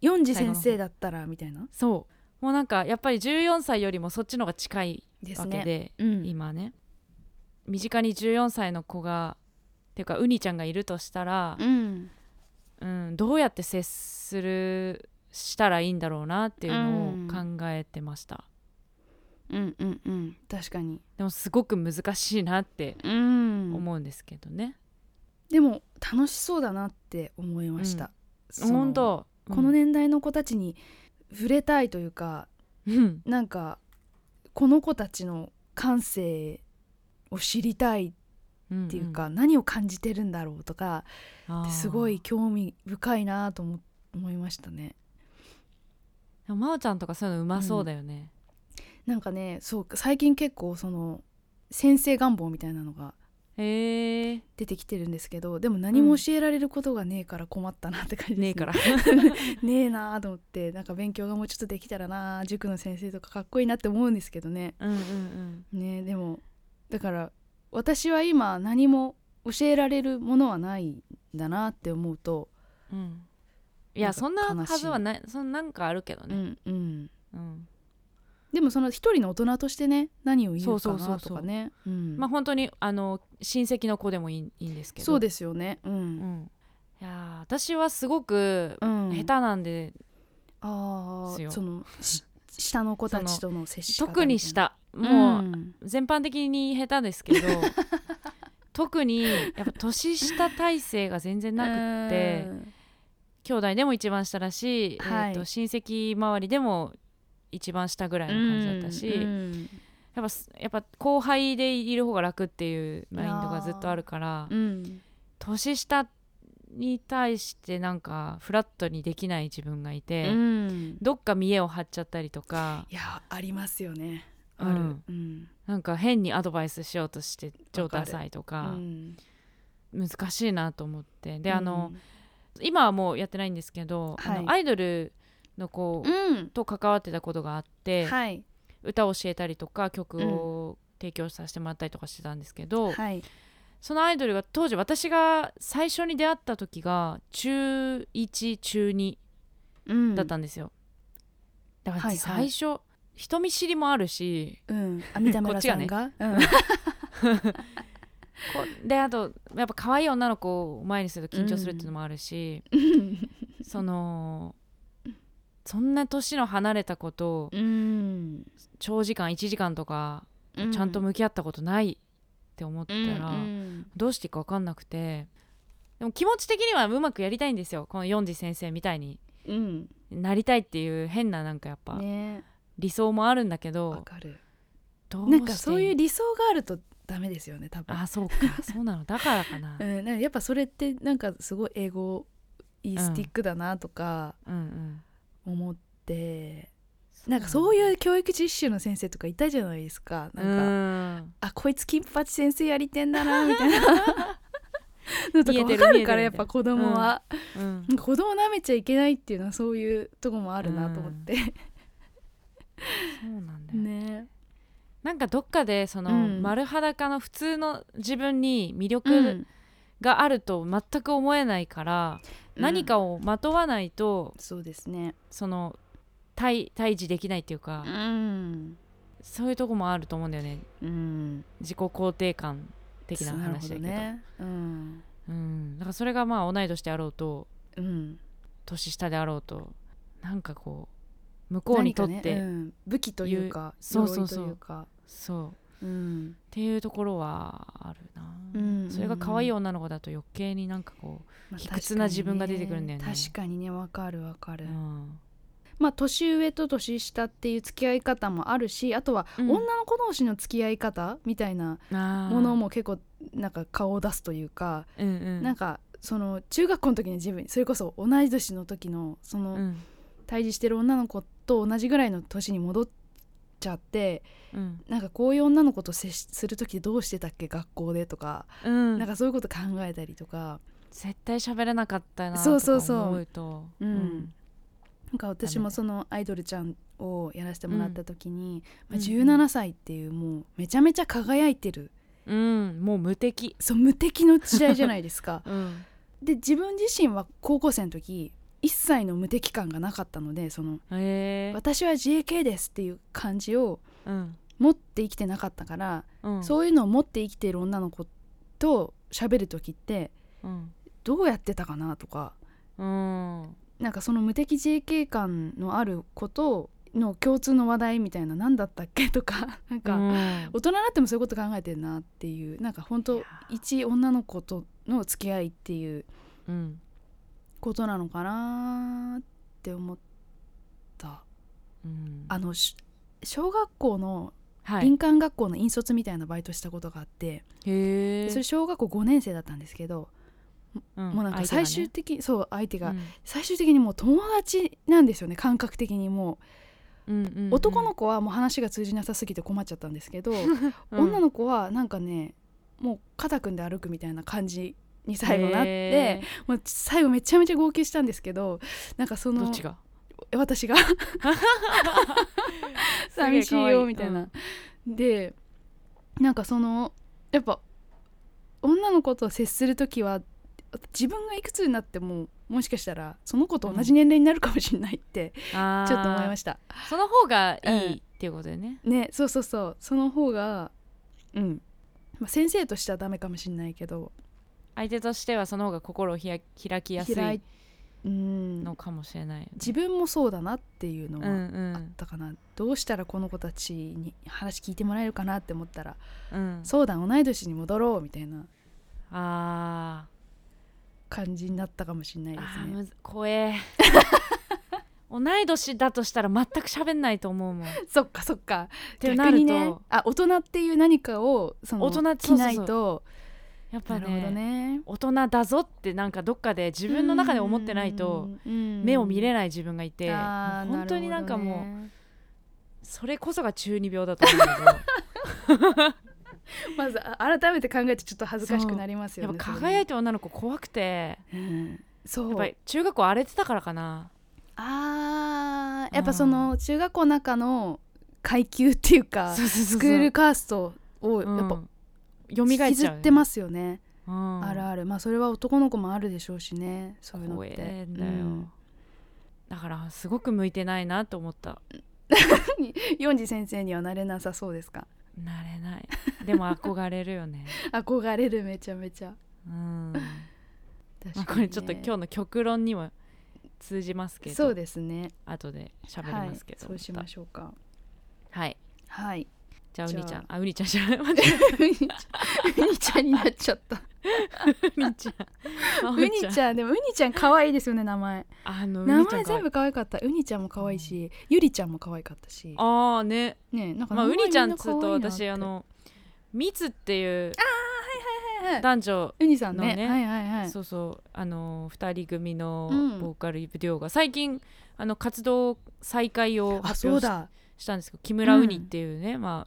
S3: 四次先生だったらみたいな
S2: そうもうなんかやっぱり14歳よりもそっちの方が近い
S3: です
S2: わけで
S3: ねうん
S2: 今ね身近に14歳の子がっていうかうにちゃんがいるとしたら、
S3: うん
S2: うん、どうやって接するしたらいいんだろうなっていうのを考えてました、
S3: うんうんうん確かに
S2: でもすごく難しいなって
S3: うん
S2: 思うんですけどね、
S3: でも楽しそうだなって思いました、その
S2: 本当
S3: この、年代の子たちに触れたいというか
S2: うん
S3: なんかこの子たちの感性を知りたいっ
S2: うん、
S3: ていうか、何を感じてるんだろうとか
S2: あー
S3: すごい興味深いなと思思いましたね
S2: でも真央ちゃんとかそういうのうまそうだよね、
S3: なんかねそう最近結構その先生願望みたいなのが
S2: へえ
S3: 出てきてるんですけどでも何も教えられることがねえから困ったなって感じです
S2: ねえから
S3: ねえなあと思ってなんか勉強がもうちょっとできたらなあ塾の先生とかかっこいいなって思うんですけどね
S2: うんうんうん
S3: ねえでもだから私は今何も教えられるものはないんだなって思うと、
S2: うん
S3: な
S2: いや
S3: んか
S2: そんな
S3: 悲
S2: は
S3: しい
S2: ずはないそんなんかあるけど
S3: う
S2: ね、
S3: んうん、
S2: うん
S3: でもその一人の大人としてね何を言う
S2: そ
S3: か
S2: うそうそ
S3: な
S2: うそう
S3: とかねうん
S2: まあ本当にあの親戚の子でもいいいいんですけど
S3: そうですよねうん、
S2: うん、いやー私はすごく
S3: うん、
S2: 下手なんで、
S3: あ
S2: ですよ
S3: あそのし下の子たちとの接し方
S2: 特に
S3: みたい
S2: 下
S3: な
S2: もう、
S3: ん
S2: 全般的に下手ですけ ど特にやっぱ年下体制が全然なくって
S3: うん
S2: 兄弟でも一番下だし、
S3: はい
S2: えーと親戚周りでも一番下ぐらいの感じだったし、
S3: うん
S2: やっぱすやっぱ後輩でいる方が楽っていうマインドがずっとあるから
S3: うん
S2: 年下に対してなんかフラットにできない自分がいて、
S3: うん
S2: どっか見栄を張っちゃったりとか
S3: いやありますよね
S2: うん
S3: あるうん、
S2: なんか変にアドバイスしようとして「ちょうだ
S3: わか
S2: さい」と
S3: う
S2: か
S3: ん
S2: 難しいなと思ってで、あの
S3: うん
S2: 今はもうやってないんですけど、あの
S3: はい
S2: アイドルの子
S3: うん
S2: と関わってたことがあって、
S3: はい
S2: 歌を教えたりとか曲を提供させてもらったりとかしてたんですけど、
S3: はい
S2: そのアイドルが当時私が最初に出会った時が中1中2
S3: うん
S2: だったんですよ、だか
S3: は
S2: ら
S3: いは
S2: 最
S3: い
S2: 初、人見知りもあるし
S3: うんあ見た目さんがうん
S2: こであとやっぱ可愛い女の子を前にすると緊張するっていうのもあるし、そのそんな年の離れた子と
S3: うん
S2: 長時間1時間とか
S3: う
S2: ちゃんと
S3: 向
S2: 向き合ったことないって思ったら、
S3: うん
S2: どうしていいか分かんなくてでも気持ち的にはうまくやりたいんですよこの四次先生みたいに
S3: うん
S2: なりたいっていう変ななんかやっぱ
S3: ね
S2: 理想もあるんだけ
S3: わ
S2: ど、
S3: かる
S2: どうして
S3: なんかそういう理想があるとダメですよね多分
S2: あそうかそうなのだからかな
S3: うん、なんかやっぱそれってなんかすごい英語いいスティックだなとか
S2: うんうん
S3: 思って、なんかそういう教育実習の先生とかいたじゃないですかなんか、
S2: うん
S3: あこいつ金八先生やりてんだなみたいな のと
S2: 見
S3: か分か
S2: えてる見えて
S3: る
S2: る
S3: からやっ
S2: みた
S3: ぱ
S2: いな
S3: 子供は、
S2: うん
S3: なんか子供舐めちゃいけないっていうのはそういうとこもあるなと思って、
S2: そうなんだ よ、
S3: ね
S2: なんかどっかでその、
S3: うん
S2: 丸裸の普通の自分に魅
S3: う
S2: 力
S3: ん
S2: があると全く思えないから、何かをまとわないと
S3: そうですね
S2: その対対峙できないっていうか、
S3: うん
S2: そういうとこもあると思うんだよね
S3: うん
S2: 自己肯定感的な話だけど
S3: なるほどね
S2: うん、だからそれがまあ同い年であろうと
S3: うん、うん、
S2: 年下であろうとなんかこう向こうにとって、
S3: 何かねうん武器というか
S2: そうそうそう
S3: 鎧というか
S2: そう
S3: うん
S2: っていうところはあるな、
S3: うん
S2: それが可愛い女の子だと余計になんかこ
S3: まあ
S2: 卑屈な自分が出てくるんだよね
S3: 確かにねわかるわか
S2: う、
S3: る、
S2: うん
S3: まあ年上と年下っていう付き合い方もあるしあとは
S2: うん
S3: 女の子同士の付き合い方みたいな
S2: あー
S3: もの、も結構なんか顔を出すというか、
S2: うんうん、
S3: なん
S2: か、
S3: かその中学校の時に自分それこそ同い年の時のその、
S2: うん
S3: 対峙してる女の子と同じぐらいの年に戻っちゃって
S2: うん
S3: なんかこういう女の子と接しする時どうしてたっけ学校でとか、
S2: うん、
S3: なんかそういうこと考えたりとか
S2: 絶対喋れなかったなとか
S3: そ
S2: 思
S3: う
S2: う
S3: そう
S2: と
S3: そうう
S2: う
S3: ん
S2: ん
S3: なんか私もそのアイドルちゃんをやらせてもらった時に、
S2: うん
S3: まあ、17歳っていうもうめちゃめちゃ輝いてる
S2: うんもう無敵、
S3: そう無敵の時代じゃないですか
S2: うん
S3: で自分自身は高校生の時一切の無敵感がなかったのでその
S2: へえ
S3: 私は JK ですっていう感じを
S2: うん
S3: 持って生きてなかったから
S2: うん、
S3: そういうのを持って生きてる女の子と喋る時って
S2: うん、
S3: どうやってたかなとか
S2: うん
S3: なんかその無敵 JK 感のあることの共通の話題みたいな何だったっけとか なんか、
S2: うん
S3: 大人になってもそういうこと考えてるなっていうなんか本
S2: い
S3: 当
S2: やー
S3: 一女の子との付き合いっていう
S2: うん
S3: ことなのかなって思った
S2: うん、
S3: あのし小学校の
S2: はい
S3: 林間学校の引率みたいなバイトしたことがあって、
S2: へえ
S3: それ小学校5年生だったんですけど、もうなんか最終的、そう相手が、最終的にもう友達なんですよね感覚的にもう男の子はもう話が通じなさすぎて困っちゃったんですけ ど、女
S2: 子
S3: の子はなんかねもう肩組んで歩くみたいな感じに最後なって、もう最後めちゃめちゃ号泣したんですけどなんかそ
S2: どっ
S3: の
S2: ちが
S3: え私 が寂しいよみたいな。でなんかそのやっぱ女の子と接する時は自分がいくつになってももしかしたらその子と同じ年齢になるかもしれないって、
S2: ちょ
S3: ちょっと思いました。
S2: その方がいいっていうことだよね
S3: ねそうそうそうその方がうん、まあ、先生としてはダメかもしれないけど
S2: 相手としてはその方が心をひや開きやす
S3: 開
S2: い
S3: いうん
S2: のかもしれないよね
S3: 自分もそうだなっていうの
S2: う
S3: はあっ
S2: ん
S3: たかな、どうしたらこの子たちに話聞いてもらえるかなって思ったら、
S2: うんうん
S3: そうだ同い年に戻ろうみたいな
S2: あ
S3: 感じになったかもしれない
S2: ー
S3: で
S2: あ
S3: す
S2: ー
S3: ね。
S2: むず 怖え同い年だとしたら全く喋んないと思うもん
S3: そっかそっか
S2: てなる
S3: 逆
S2: と
S3: にねあ大人っていう何かをその
S2: 大人
S3: 着ない
S2: そう
S3: と
S2: やっ
S3: な
S2: ぱ
S3: るほど
S2: ね
S3: ね
S2: 大人だぞってなんかどっかで自分の中で思ってないと目
S3: 目
S2: を見れ
S3: い
S2: ない自分がいてもう本当になんかもう
S3: う
S2: それこそが中二病だと思うんだけど
S3: まずあ改めて考えてちょっと恥ずかしくなりますよ
S2: やっ
S3: ね。
S2: ぱ輝いてる女の子怖くて
S3: それねうん
S2: やっ
S3: そ
S2: ぱ
S3: う
S2: り中学校荒れてたからかな
S3: あーやっぱその中学校の中の階級っていうか
S2: そうそうそうそう
S3: スクールカーストを
S2: うん
S3: やっぱ
S2: 蘇
S3: 引
S2: っ
S3: き
S2: ち
S3: ず
S2: ゃ
S3: っ
S2: う
S3: てますよね。
S2: うん
S3: あるあるまあそれは男の子もあるでしょうしねそういうのっ
S2: 怖
S3: て。
S2: えんだよ、
S3: うん
S2: だからすごく向いてないなと思った
S3: ヨンジ先生にはなれなさそうですか
S2: なれないでも憧れるよ ね
S3: 憧れるめちゃめちゃ
S2: うん、
S3: 確
S2: まあ、これちょっと今日の極論には通じますけど
S3: そうですね
S2: 後で喋りますけど、
S3: はい、そうしま
S2: ょ
S3: しょうか
S2: うはい
S3: はい
S2: じゃあう
S3: じゃあ
S2: にちゃんあうにちゃんじゃない間違
S3: ウニちゃんウニちゃんになっちゃった
S2: えたうにちゃん あ
S3: ウニちゃんでもウニちゃん可愛いですよね名前
S2: あのう
S3: 名
S2: にち
S3: 前
S2: ゃん可
S3: 全
S2: 愛い
S3: 部可愛かったウニちゃんも可愛いし、ゆりちゃんも可愛かったし
S2: ああね
S3: ねなんか
S2: まあ、ウ
S3: 名前
S2: ニちゃん
S3: み
S2: っ
S3: な
S2: つ
S3: 可愛
S2: うと
S3: いなって
S2: 私あのミツっていう
S3: はいはい
S2: 男女、
S3: ウニさんね
S2: のね
S3: はいはいはい
S2: そうそうあの2人組の
S3: うん
S2: ボーカルデュオが最近あの活動再開を
S3: あ
S2: 発
S3: そう
S2: 表し
S3: だ
S2: したんですけど木村
S3: うん
S2: ウニっていうね、まあ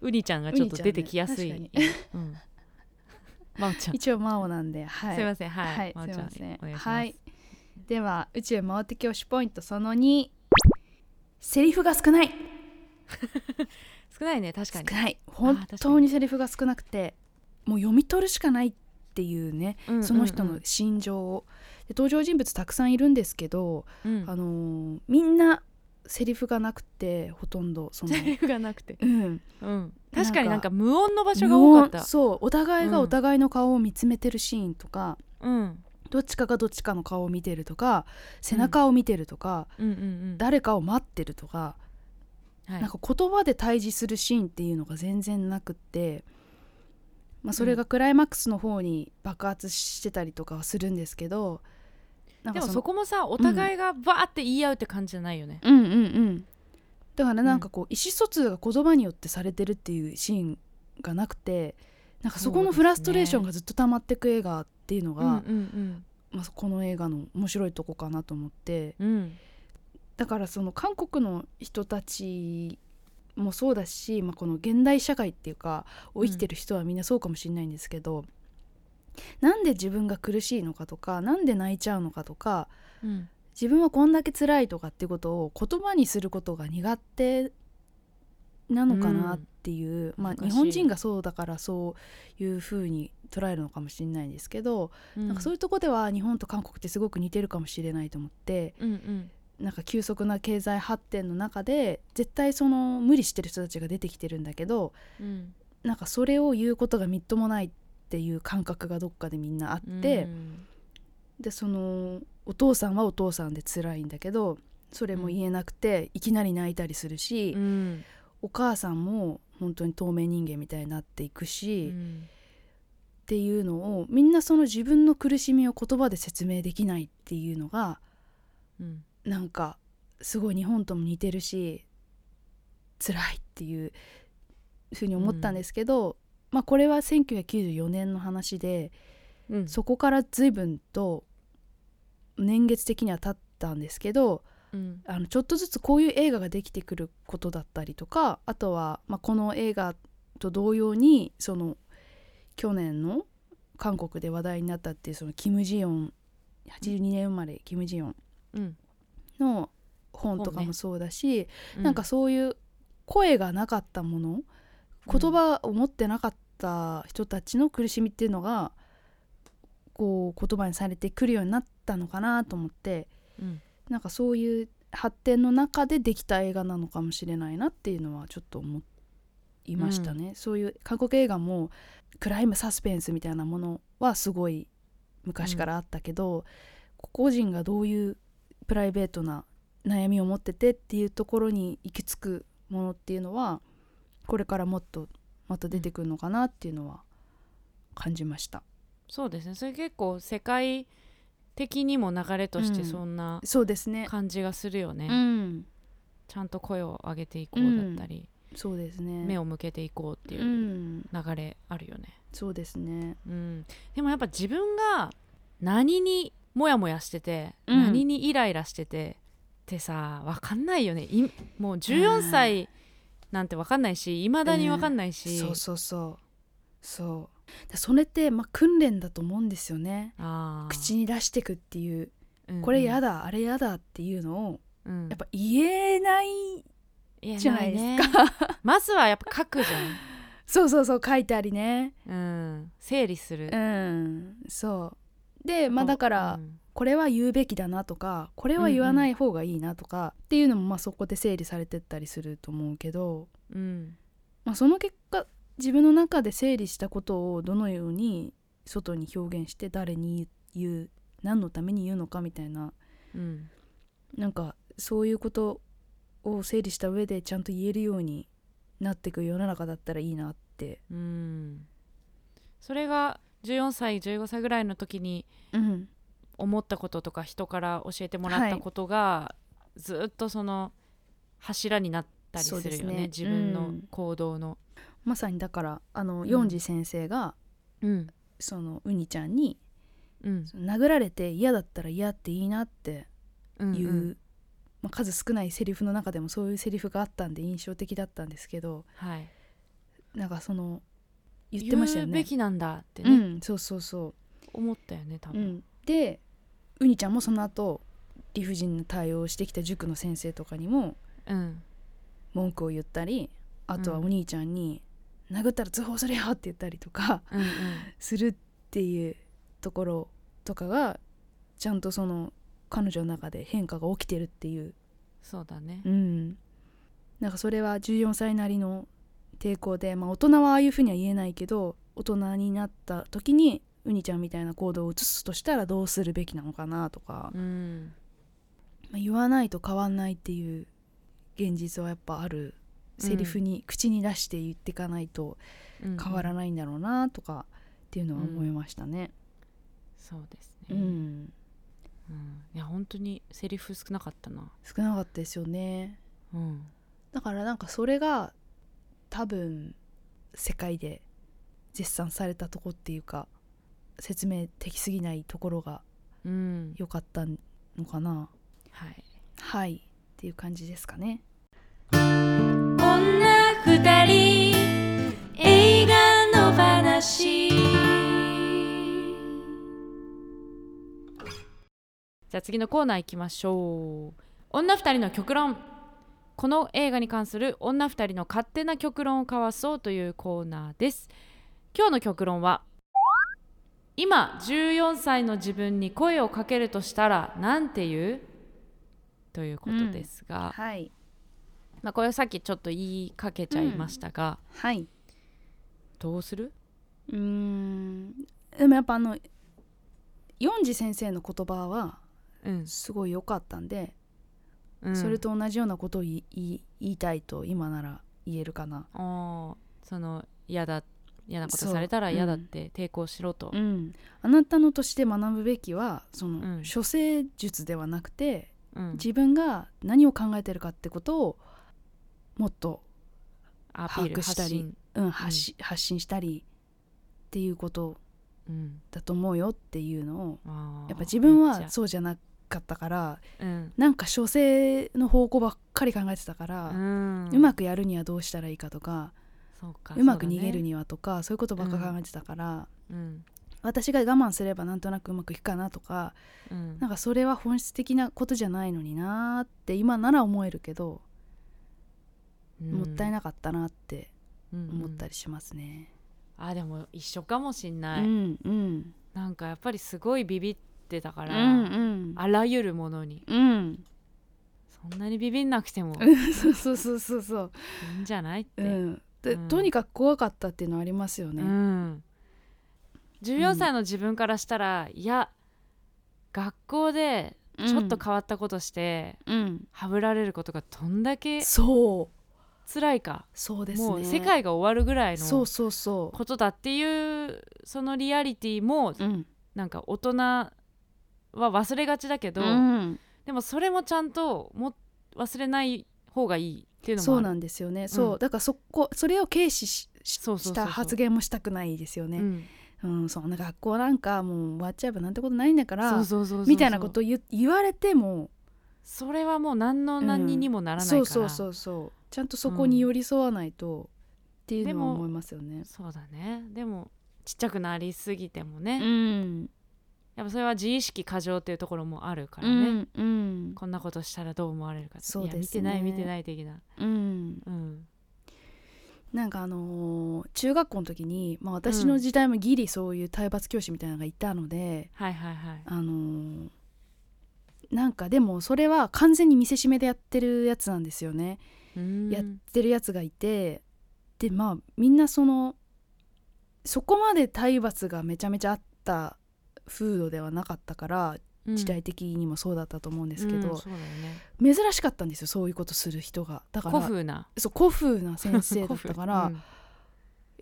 S2: ウニちゃんがちょっと出てきやす
S3: ウニ
S2: い、
S3: ちゃんね
S2: うん、まおちゃん、
S3: 一応真央なんではい
S2: すいませんはい、
S3: はい、
S2: まお
S3: す
S2: ち
S3: い
S2: ゃん
S3: ません。
S2: お願いします、
S3: はい、では宇宙回ってき推しポイントその2セリフが少ない
S2: 少ないね確か
S3: 少
S2: に
S3: ない
S2: 確か
S3: 本
S2: に
S3: 当にセリフが少なくてもう読み取るしかないっていうね、
S2: うんうんうん
S3: その人の心情をで登場人物たくさんいるんですけど、
S2: うん
S3: あのーみんなセリフがなくてほとんどそ の
S2: セリフがなくて、
S3: うん
S2: うん、確かに
S3: な
S2: なんん
S3: か
S2: か無音の場所が多かっ
S3: 無音
S2: た
S3: そうお互いが
S2: うん
S3: お互いの顔を見つめてるシーンとか、
S2: うん、うん
S3: どっちかがどっちかの顔を見てるとか背中を見てるとか、
S2: うんうん
S3: 誰かを待ってるとか、
S2: はい
S3: なんか言葉で対峙するシーンっていうのが全然なくって、まあ、それがクライマックスの方に爆発してたりとかはするんですけどなん
S2: で
S3: か
S2: も
S3: の
S2: そこもさお互いがバーって言い合うって感じじゃないよね、
S3: うんうんうんだからなんかこう、意思疎通が言葉によってされてるっていうシーンがなくてなんかそこのフラストレーションがずっと溜まってく映画っていうのが
S2: うんうん
S3: まあ、この映画の面白いとこかなと思って
S2: うんうん
S3: だからその韓国の人たちもそうだし、まあ、この現代社会っていうかを生きてる人はみんなそうかもしれないんですけど、なんで自分が苦しいのかとかなんで泣いちゃうのかとか
S2: うん
S3: 自分はこんだけ辛いとかってことを言葉にすることが苦手なのかなっていう、
S2: うん
S3: まあ、日
S2: 難しい
S3: 本人がそうだからそういうふうに捉えるのかもしれないんですけど、
S2: うん
S3: なんかそういうとこでは日本と韓国ってすごく似てるかもしれないと思って。
S2: うんうん
S3: なんか急速な経済発展の中で絶対その無理してる人たちが出てきてるんだけど
S2: うん
S3: なんかそれを言うことがみっともないっていう感覚がどっかでみんなあって、
S2: うん
S3: でそのお父さんはお父さんで辛いんだけどそれも言えなくて、いきなり泣いたりするし、
S2: うん
S3: お母さんも本当に透明人間みたいになっていく
S2: う
S3: し、っ
S2: ん
S3: ていうのをみんなその自分の苦しみを言葉で説明できないっていうのが
S2: うん
S3: なんかすごい日本とも似てるし辛いっていうふうに思ったんですけど、まあこれは1994年の話で
S2: うん
S3: そこから随分と年月的には経ったんですけど
S2: うん
S3: あのちょっとずつこういう映画ができてくることだったりとかあとは、まあ、この映画と同様にその去年の韓国で話題になったっていうそのキム・ジヨン82年生まれキム・ジヨン
S2: うん
S3: の本とか
S2: 本
S3: も
S2: ね
S3: そうだし、なんかそういう声がなかったもの
S2: うん
S3: 言葉を持ってなかった人たちの苦しみっていうのがこう言葉にされてくるようになったのかなと思って
S2: うん
S3: なんかそういう発展の中でできた映画なのかもしれないなっていうのはちょっと思いましたね、そういう韓国映画もクライムサスペンスみたいなものはすごい昔からあったけど、個々人がどういうプライベートな悩みを持っててっていうところに行き着くものっていうのはこれからもっとまた出てくるのかなっていうのは感じました。
S2: そうですねそれ結構世界的にも流れとし
S3: う
S2: て
S3: ん
S2: そんな
S3: そうですね。
S2: 感じがするよね、
S3: うん、
S2: ちゃんと声を上げていこうだったり、
S3: そうですね。
S2: 目
S3: を、
S2: を向けていこうっていううん流れあるよね、
S3: そうですね。
S2: うん、でもやっぱ自分が何にモヤモヤしてて、
S3: うん
S2: 何にイライラしててってさ分かんないよねいもう
S3: うん
S2: 14歳なんて分かんないしいまだに分かんないし、
S3: そうそうそうそう。でそれってまあ訓練だと思うんですよね。
S2: あー、
S3: 口に出してくっていう
S2: うんうん
S3: これやだ、あれやだっていうのを
S2: うん
S3: やっぱ言えない
S2: 言え
S3: じゃ
S2: な
S3: ない
S2: い
S3: で
S2: ね
S3: すか。
S2: まずはやっぱ書くじ
S3: そうそうそう書いてありね。
S2: ゃん、うん、整理する、
S3: うんそうでまあだから
S2: うん
S3: これは言うべきだなとかこれは言わない方がいいなとかっていうのもまあそこで整理されてったりすると思うけど、
S2: うん
S3: まあ、その結果自分の中で整理したことをどのように外に表現して誰に言う何のために言うのかみたいな
S2: うん
S3: なんかそういうことを整理した上でちゃんと言えるようになっていく世の中だったらいいなって、
S2: うんそれが14歳15歳ぐらいの時に
S3: うん、
S2: 思ったこととか人から教えてもらっ
S3: は
S2: た
S3: い
S2: ことが、ずっとその柱になったりす
S3: そうで
S2: る
S3: す
S2: よね
S3: ね
S2: 自分
S3: う
S2: の
S3: ん
S2: 行動の。
S3: まさにだからあの、
S2: ん
S3: ヨンジ先生が
S2: うん
S3: そのウニちゃんに
S2: うん
S3: 殴られて嫌だったら嫌っていいなって
S2: うん
S3: いううんまあ、数少ないセリフの中でもそういうセリフがあったんで印象的だったんですけど
S2: はい、
S3: なんかその言ってましたよ
S2: 言うべ
S3: ね。
S2: きなんだって
S3: う
S2: ね、
S3: ん、そうそうそ
S2: 思ったよね多
S3: う、う
S2: 分、
S3: ん、でウニちゃんもその後理不尽な対応をしてきた塾の先生とかにも
S2: うん
S3: 文句を言ったりあとはお兄ちゃんに「殴ったら通報するよ!」って言ったりとか
S2: うんうん、
S3: するっていうところとかがちゃんとその彼女の中で変化が起きてるっていう、
S2: そうだね、
S3: うん、なんかそれは14歳なりの抵抗で、まあ、大人はああいうふうには言えないけど大人になった時にウニちゃんみたいな行動を移すとしたらどうするべきなのかなとか、
S2: うん、
S3: まあ、言わないと変わんないっていう現実はやっぱあるセリフに口に出して言っていかないと
S2: 変
S3: 変わ
S2: ん
S3: らないんだろうなとかっていうのは思いましたね。
S2: そうです
S3: う
S2: ね、
S3: ん
S2: うんいや本当にセリフ少なかったな
S3: 少なかったですよね
S2: うん
S3: だからなんかそれが多分世界で絶賛されたとこっていうか説明的すぎないところが
S2: うん
S3: 良かったのかな
S2: はい
S3: はいっていう感じですかね
S1: 女二人映画の話
S2: じゃあ次のコーナー行きましょう女二人の極論この映画に関する女二人の勝手な極論を交わそうというコーナーです今日の極論は今14歳の自分に声をかけるとしたらなんて言うということですが、
S3: はい
S2: まあこれはさっきちょっと言いかけちゃいましたが、
S3: はいう
S2: どうする
S3: ーんでもやっぱあのヨンジ先生の言葉は
S2: うん、
S3: すごい良かったんで、
S2: うん
S3: それと同じようなことを言い言い言いたいと今なら言えるかな
S2: あーその嫌だ嫌なこと
S3: そう
S2: されたら嫌だっ
S3: うん
S2: て抵抗しろと、
S3: うん、あなたのとして学ぶべきはその、
S2: うん
S3: 処世術ではなくて
S2: うん
S3: 自分が何を考えてるかってことをもっと、
S2: アピー
S3: 把
S2: ル
S3: 握したり
S2: 発信、
S3: うん発し発信したりっていうこと
S2: うん、
S3: だと思うよっていうのを
S2: あー
S3: やっぱ自分
S2: めっ
S3: は
S2: ち
S3: そうじゃなかったから
S2: ゃうん
S3: なんか処世の方向ばっかり考えてたから、う
S2: うん
S3: まくやるにはどうしたらいいかとか
S2: そうか
S3: うまく逃げる
S2: に
S3: にはとかそういうことばっか考えてたから、
S2: うん
S3: 私が我慢すればなんとなくうまくいくかなとか
S2: うん
S3: なんかそれは本質的なことじゃないのになーって今なら思えるけど、もったいなかったなって思った
S2: り
S3: りしますね。
S2: あでも一緒かもしん
S3: う
S2: ない、
S3: んうん
S2: なんかやっぱりすごいビビってたか
S3: う
S2: ら、
S3: ん
S2: あらゆるものに
S3: うん
S2: そんなにビビんなくても
S3: うんそうそうそうそうそう。
S2: いいんじゃないって、
S3: うん、で
S2: うん
S3: とにかく怖かったっていうのはありますよ
S2: う
S3: ね。
S2: ん、14歳の自分からしたら、いや学校でちょっと変わったことして、
S3: うん、
S2: はぶられることがどんだけ
S3: そう
S2: 辛いか、
S3: そうですね。
S2: もう世界が終わるぐらい
S3: そ
S2: の
S3: うそうそ
S2: ことだっていうそのリアリティも
S3: う。うん
S2: なんか大人は忘れがちだけど、
S3: うん
S2: でもそれもちゃんとも忘れない方がいいっていうのも
S3: そう
S2: あ
S3: な
S2: る
S3: んですよね。そう、
S2: うん
S3: だからそこそれを軽視しし
S2: そうそうそう
S3: し
S2: そ
S3: た
S2: う
S3: 発言もしたくないですよね。
S2: うん
S3: うん、そんな学校なんかもう終わっちゃえばなんてことないんだから
S2: そうそうそうそう
S3: みたいなことを言言われても
S2: それはもう何の何にもならないから、
S3: そうそうそうそうちゃんとそこに寄り添わないと、っていう
S2: で
S3: のは
S2: も
S3: 思いますよね。
S2: そうだねでもちっちゃくなりすぎても
S3: う
S2: ね、
S3: ん、
S2: やっぱそれは自意識過剰っていうところもあるか
S3: う
S2: らね、
S3: ん、うん、
S2: こんなことしたらどう思われるかって
S3: そうですね
S2: いや見てない見てない的な
S3: うん、
S2: うん
S3: なんかあのー中学校の時に、まあ、私の時代もギリそういう体罰教師みたいなのがいたので、
S2: はいはいはい
S3: あのーなんかでもそれは完全に見せしめでやってるやつなんですよね。
S2: うん
S3: やってるやつがいてでまあみんなそのそこまで体罰がめちゃめちゃあった風土ではなかったから
S2: うん
S3: 時代的にもそうだったと思うんで
S2: です
S3: けど、
S2: そうだよね
S3: 珍しかったんですよそういうことする人がだから
S2: 古風な
S3: そう古風な先生だったから、
S2: 古風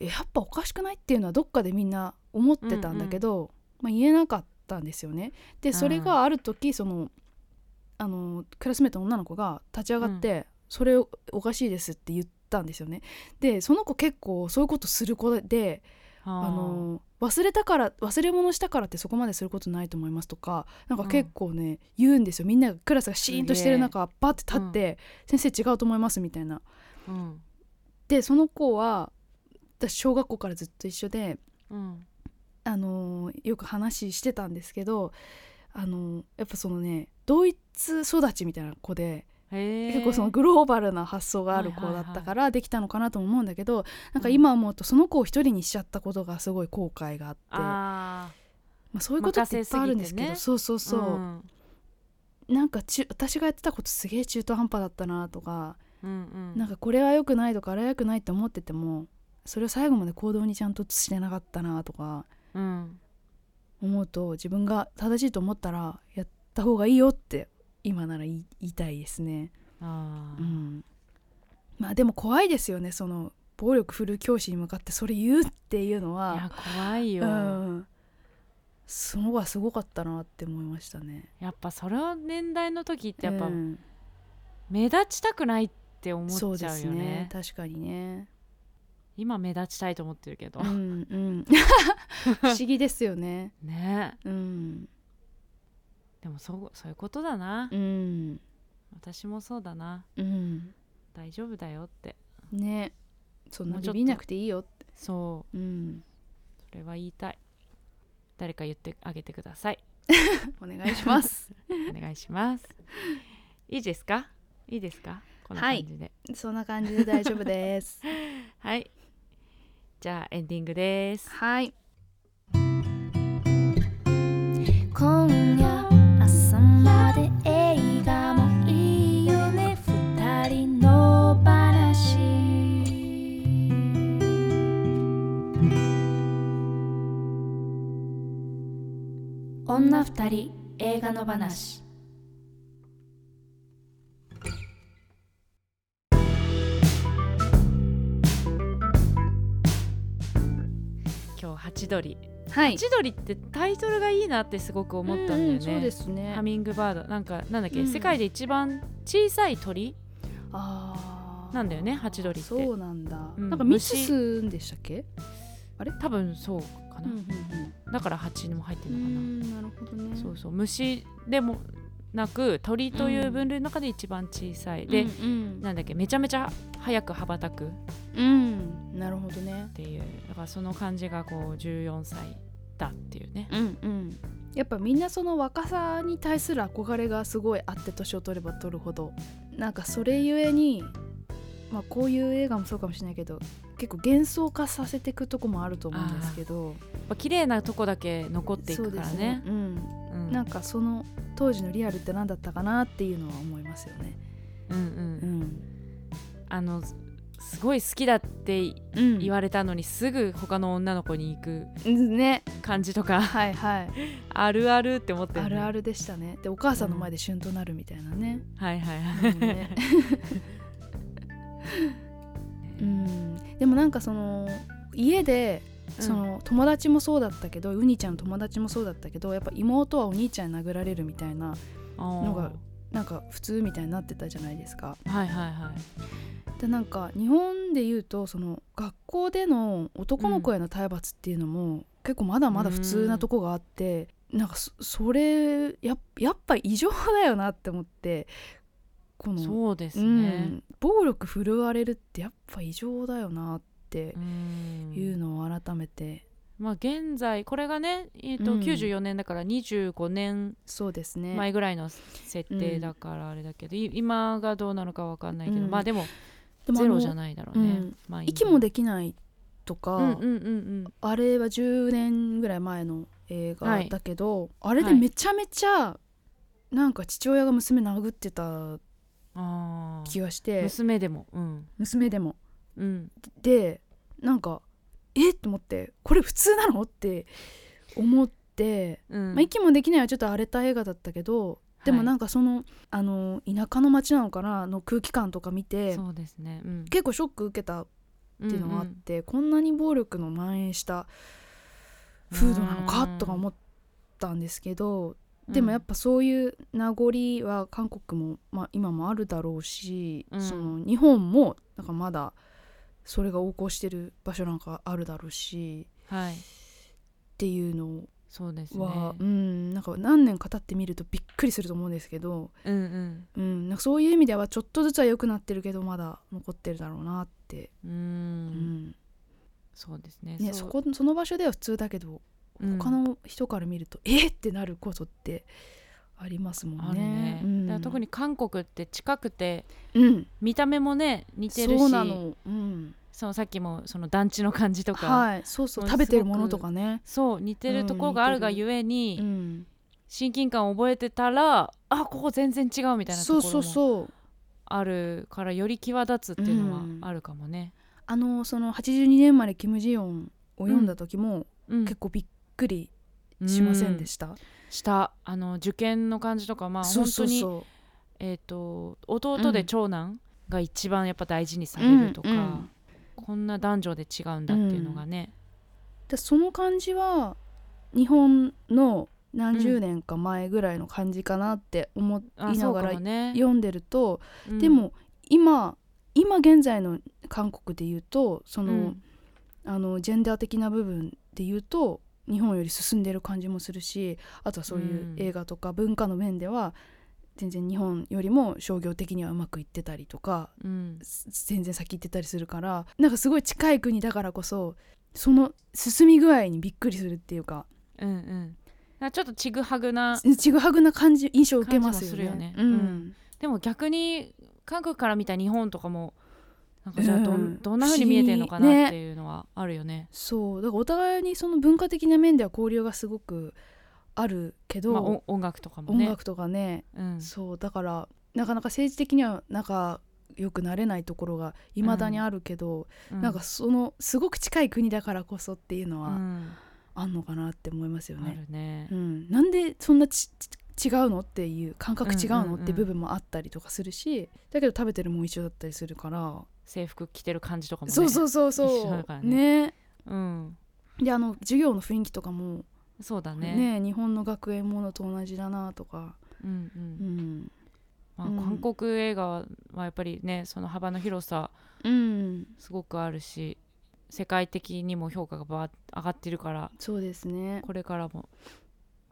S3: えやっぱおかしくないっていうのはどっかでみんな思ってたんだけど、まあ、言えなかったんですよね。でそれがある時そのあのクラスメートの女の子が立ち上がって、それおかしいですって言ったんですよね。でその子結構そういうことする子で
S2: うあ
S3: あの忘れたから忘れ物したからってそこまですることないと思いますとかなんか結構ね、言うんですよみんながクラスがシーンとしてる中パッて立って、先生違うと思いますみたいな。
S2: うん
S3: でその子は私小学校からずっと一緒で、
S2: うん
S3: あのーよく話してたんですけど、あのーやっぱそのねドイツ育ちみたいな子で、
S2: へえ
S3: 結構そのグローバルな発想がある子だったからできたのかなとも思うんだけど、なんか今思うとその子を一人にしちゃったことがすごい後悔があって
S2: あ
S3: まあ、そういうことっていっぱいあるんですけど
S2: 任せ
S3: そうそう
S2: ー
S3: そうう、
S2: ん
S3: なんかち私がやってたことすげえ中途半端だったなとか、
S2: うんうん
S3: なんかこれは良くないとかあれは良くないって思っててもそれを最後まで行動にちゃんと移してなかったなとか
S2: うん
S3: 思うと自分が正しいと思ったらやった方がいいよって今なら言い言いたいですね。
S2: あ
S3: う
S2: ー
S3: ん、まあでも怖いですよねその暴力振るう教師に向かってそれ言うっていうの
S2: い
S3: は
S2: や怖いよ、
S3: うん、その子はすごかったなって思いましたね。
S2: やっぱそれの年代の時ってやっぱ
S3: うん
S2: 目立ちたくないって思っちゃ
S3: そうう
S2: よ
S3: です
S2: ね
S3: ね確かに ね。
S2: 今目立ちたいと思ってるけど
S3: うんうん、不思議ですよね。
S2: ね
S3: うん、
S2: でもそうそういうことだな、
S3: うん、
S2: 私もそうだな
S3: うん、
S2: 大丈夫だよって
S3: ね、そん
S2: も
S3: な
S2: うちょっと
S3: ビビんなくていいよって。
S2: そう
S3: うん、
S2: それは言いたい誰か言ってあげてください
S3: お願いし ます。
S2: お願いします いいですかいいですかこんな
S3: は
S2: 感
S3: い
S2: じで
S3: そんな感じで大丈夫 です。
S2: はい、じゃあエンディングです
S3: はい、
S1: 今夜朝まで映画もいいよね二人の話女二人映画の話
S2: 今日ハチドリ
S3: はい
S2: ハ、チドリってタイトルがいいなってすごく思ったんだよね、
S3: うそうですね
S2: ハ。ミングバードなんかなんだっけ、
S3: うん
S2: 世界で一番小さい鳥
S3: ああ、
S2: なんだよねハチドリって
S3: そうなんだ。
S2: うん
S3: なんか三つ吸うんでしたっけ？
S2: 多分そうか
S3: う
S2: な、
S3: んう
S2: だからハチにも入って
S3: んう
S2: るのかな、
S3: ん。なるほどね。
S2: そうそう虫でもなく鳥という分類の中で一番小さい、で、
S3: うん
S2: なんだっけめちゃめちゃ早く羽ばたくっ
S3: うん、なるほどね。
S2: ていうだからその感じがこう14歳だっていうね
S3: うんうん、やっぱみんなその若さに対する憧れがすごいあって年を取れば取るほどなんかそれゆえに、まあ、こういう映画もそうかもしれないけど結構幻想化させていくとこもあると思うんですけど
S2: やっぱ綺麗なとこだけ残ってい
S3: そう
S2: く
S3: で
S2: から
S3: す
S2: ね
S3: ね、うん、
S2: うん、
S3: なんかその当時のリアルって何だったかなっていうのは思いますよね。
S2: うんうん
S3: うん
S2: あのすすごい好きだって
S3: うん、
S2: 言われたのにすぐ他の女の子に行く
S3: ね
S2: 感じとか
S3: はいはい
S2: あるあるって思って
S3: あるあるでしたねでお母さんの前で旬となるみたいなね。
S2: はいはい
S3: も
S2: は
S3: う
S2: い、
S3: ねうん、でもなんかその家でその、友達もそうだったけどウニちゃんの友達もそうだったけどやっぱ妹はお兄ちゃんに殴られるみたいな
S2: の
S3: がなんか普通みたいになってたじゃないですか。
S2: はいはいはい
S3: でなんか日本で言うとその学校での男の子への体罰っていうのも、結構まだまだ普通なとこがあって、なんかそそれやっやっぱ異常だよなって思ってこの
S2: そうです
S3: う
S2: ね、
S3: ん、暴力振るわれるってやっぱ異常だよなって
S2: うん
S3: いうのを改めて
S2: まあ現在これがね、えーと
S3: うん
S2: 94年だから25年
S3: そうですね、
S2: 前ぐらいの設定だからあれだけど、い今がどうなのかわかんないけ
S3: う
S2: ど、
S3: ん
S2: まあでも
S3: でもあ
S2: ゼ
S3: の
S2: ロじゃないだろう
S3: う
S2: ね、
S3: ん
S2: まあ
S3: 息もできないとか、
S2: うんうんうん
S3: あれは10年ぐらい前の映
S2: は
S3: 画
S2: い
S3: だけど、あれでめちゃめちゃなんか父親が娘殴ってた
S2: うんあー
S3: 気がして
S2: 娘でもうん
S3: 娘でも
S2: うん
S3: でなんかえっと思ってこれ普通なのって思って。
S2: うん
S3: まあ、息もできないはちょっと荒れた映画だったけどでもなんかその,、あの田舎の町なのかなの空気感とか見て
S2: そうですね、うん、
S3: 結構ショック受けたっていうのがあって、こんなに暴力の蔓延した風土なのか
S2: うん
S3: とか思ったんですけど
S2: うん
S3: でもやっぱそういう名残は韓国も、まあ、今もあるだろうし、
S2: うん
S3: その日本もなんかまだそれが横行してる場所なんかあるだろうし。
S2: はい
S3: ていうの
S2: そうですね
S3: は、うんなんか何年か経ってみるとびっくりすると思うんですけど、
S2: うんうん
S3: うん、なんかそういう意味ではちょっとずつは良くなってるけどまだ残ってるだろうなって、
S2: うー
S3: うんん
S2: そうですね
S3: ね、
S2: そ
S3: そうこその場所では普通だけど
S2: うん
S3: 他の人から見ると、 えっってなることってありますも
S2: あ
S3: ん
S2: る
S3: ね。
S2: ね、
S3: うん
S2: だから特に韓国って近くて
S3: うん、
S2: 見た目もね似てるし
S3: そうなの、うん、
S2: そのさっきもその団地の感じとか、
S3: はいそうそう
S2: もう
S3: 食べてるものとかね、
S2: そう似てるところがあるがゆえに、
S3: うん、
S2: 親近感を覚えてたらあここ全然違うみたいなと
S3: そう
S2: ころ
S3: そう
S2: も
S3: そう
S2: あるからより際立つっていうのはあるかもね。
S3: あのその82年生まれキム・ジヨンを読んだ時も、
S2: うん
S3: 結構びっくりしませんで
S2: し
S3: した、
S2: たあの受験の感じとかまあ
S3: そ
S2: 本
S3: うそ
S2: 当
S3: う
S2: に
S3: そ
S2: えー、と弟で
S3: うん
S2: 長男が一番やっぱ大事にされるとか、
S3: うんうん
S2: こんな男女で違うんだっていうのがね、
S3: うでその感じは日本の何十年か前ぐらいの感じかなって思い
S2: あそ
S3: な
S2: う
S3: が
S2: からもね、
S3: 読んでると、
S2: うん
S3: で、も今今現在の韓国で言うとその、
S2: うん
S3: あのジェンダー的な部分で言うと日本より進んでる感じもするしあとはそういううん映画とか文化の面では全然日本よりも商業的にはうまくいってたりとか
S2: うん
S3: す全然先行ってたりするからなんかすごい近い国だからこそその進み具合にびっくりするっていうか
S2: うんうんなんかちょっとちぐはぐな
S3: ちぐはぐな感じ印象を受けますよね。う
S2: 感じもするよね
S3: ん
S2: でも逆に韓国から見た日本とかもなんかじゃあど,、
S3: うん
S2: ん、どんな風に見えてるのか
S3: 不思議
S2: な
S3: ね
S2: っていうのはあるよね。
S3: そうだからお互いにその文化的な面では交流がすごくあるけど、
S2: まあ、お音楽とかも
S3: 音
S2: ね。
S3: 楽とかね、
S2: うん、
S3: そうだからなかなか政治的には仲良くなれないところがいまだにあるけど、
S2: う
S3: なんか、そのすごく近い国だからこそっていうの
S2: う
S3: は
S2: ん
S3: あんのかなって思いますよ
S2: あ
S3: ね。
S2: るね
S3: う。ん、なんでそんなちち違うのっていう感覚違う
S2: うんう
S3: の
S2: んうん
S3: って部分もあったりとかするしだけど食べてるもん一緒だったりするから、
S2: 制服着てる感じとかもね。
S3: そうそうそうそう
S2: 一緒だから
S3: ね
S2: うん、
S3: であの授業の雰囲気とかも
S2: そうだ
S3: ね
S2: ね。
S3: 日本の学園ものと同じだなとか、
S2: うんう
S3: うんん
S2: まあ、
S3: うん
S2: 韓国映画はやっぱりねその幅の広さ
S3: うん、
S2: すごくあるし世界的にも評価がばー上がってるから
S3: そうですね
S2: これからも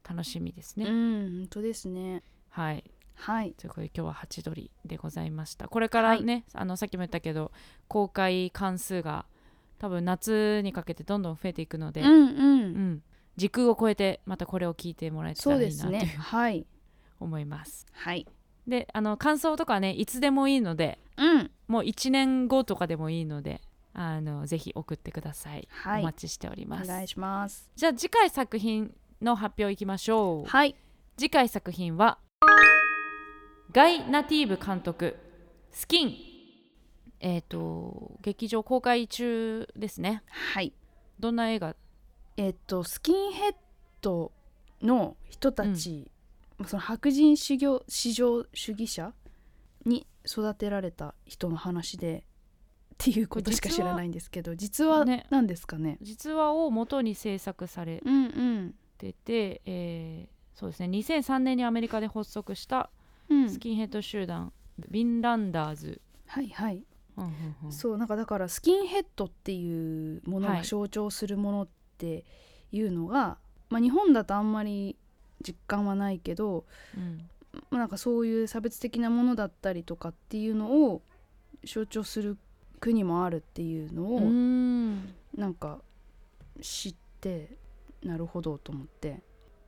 S2: 楽しみですね。
S3: うん本当ですね
S2: はい
S3: はい
S2: ということで今日はハチドリでございましたこれからね、あのさっきも言ったけど公開関数が多分夏にかけてどんどん増えていくので、
S3: うんう
S2: うんん時空を超えてまたこれを聞いてもらえてた
S3: そう
S2: ら
S3: で
S2: いいな
S3: す
S2: という
S3: ねはい
S2: 思います
S3: はい
S2: であの感想とかねいつでもいいので
S3: うん
S2: もう1年後とかでもいいのであのぜひ送ってください、
S3: はい
S2: お待ちしており
S3: お
S2: ます
S3: 願いします
S2: じゃあ次回作品の発表いきましょう
S3: はい
S2: 次回作品はガイ・ナティーブ監督「スキン」えっ、と劇場公開中ですね
S3: はい
S2: どんな映画
S3: えっとスキンヘッドの人たち、その白人至上至上主義者に育てられた人の話でっていうことしか知らないんですけど実は
S2: ね
S3: 何ですかね
S2: 実話を元に制作され
S3: うんうん
S2: てて、えーそうですね2003年にアメリカで発足した
S3: うん
S2: スキンヘッド集団、ヴィンランダーズ、
S3: はいはい、
S2: うんうんうん
S3: そうなんかだからスキンヘッドっていうもの
S2: は
S3: が
S2: い
S3: 象徴するものっていうのが、まあ、日本だとあんまり実感はないけど、
S2: うん
S3: まあ、なんかそういう差別的なものだったりとかっていうのを象徴する国もあるっていうの
S2: う
S3: を
S2: ーん
S3: なんか知ってなるほどと思って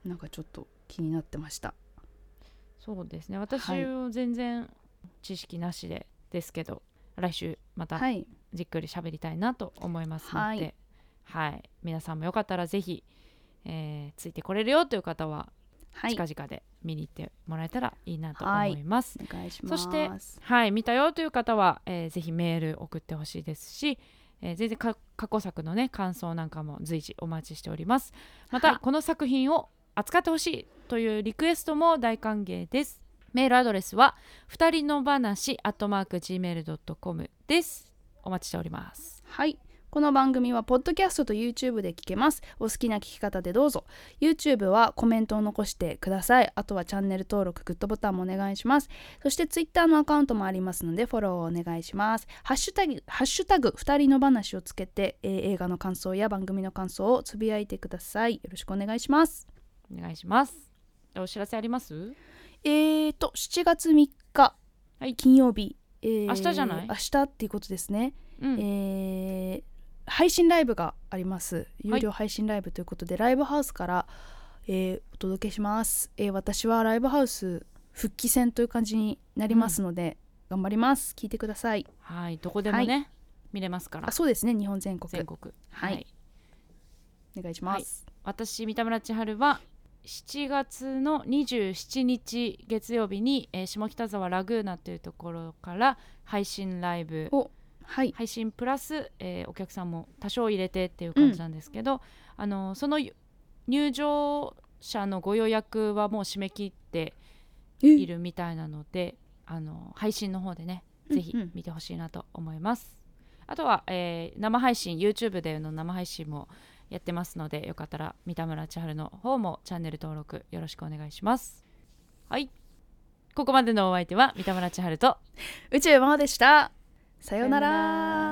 S3: なんかちょっと気になってました。
S2: そうですね私
S3: はい
S2: は全然知識なしでですけど来週また
S3: はい、
S2: じっくり喋りたいなと思いますの
S3: は
S2: で
S3: い、
S2: はい皆さんもよかったらぜひ、えーついてこれるよという方は
S3: はい、
S2: 近
S3: お
S2: 々で見に行ってもらえたらいいなと思
S3: はい
S2: います。はい
S3: 願いし
S2: そ
S3: ます。
S2: して見たよという方は、えーぜひメール送ってほしいですし、えー全然か過去作のね感想なんかも随時お待ちしております。また、
S3: はい
S2: この作品を扱ってほしいというリクエストも大歓迎です。メールアドレスは二人の話 at mark gmail.com です。お待ちしております。
S3: はいこの番組はポッドキャストと YouTube で聞けますお好きな聞き方でどうぞ YouTube はコメントを残してくださいあとはチャンネル登録グッドボタンもお願いしますそして Twitter のアカウントもありますのでフォローをお願いしますハッシュタグハッシュタグ二人の話をつけて、えー映画の感想や番組の感想をつぶやいてくださいよろしくお願いします
S2: お願いしますお知らせあります
S3: えーと7月3日、
S2: はい
S3: 金曜日、えー
S2: 明日じゃない
S3: 明日っていうことですね
S2: うん、
S3: えー配信ライブがあります有料配信ライブということで、ライブハウスから、えーお届けします、えー私はライブハウス復帰戦という感じになりますので、頑張ります聞いてください
S2: はいどこでも
S3: は
S2: ね、見れますから
S3: あそうですね日本全国
S2: 全国
S3: はいお願いします、
S2: 私三田村千春は7月の27日月曜日に、えー下北沢ラグーナというところから配信ライブ
S3: おはい
S2: 配信プラス、えーお客さんも多少入れてっていう感
S3: うん
S2: じなんですけど、あのその入場者のご予約はもう締め切っているみたいなのであの配信の方でね
S3: うん
S2: ぜひ
S3: うん
S2: 見てほしいなと思います、あとは、えー生配信 YouTube での生配信もやってますのでよかったら三田村千春の方もチャンネル登録よろしくお願いしますはいここまでのお相手は三田村千春と
S3: 宇宙魔王でしたさような
S2: さような
S3: ら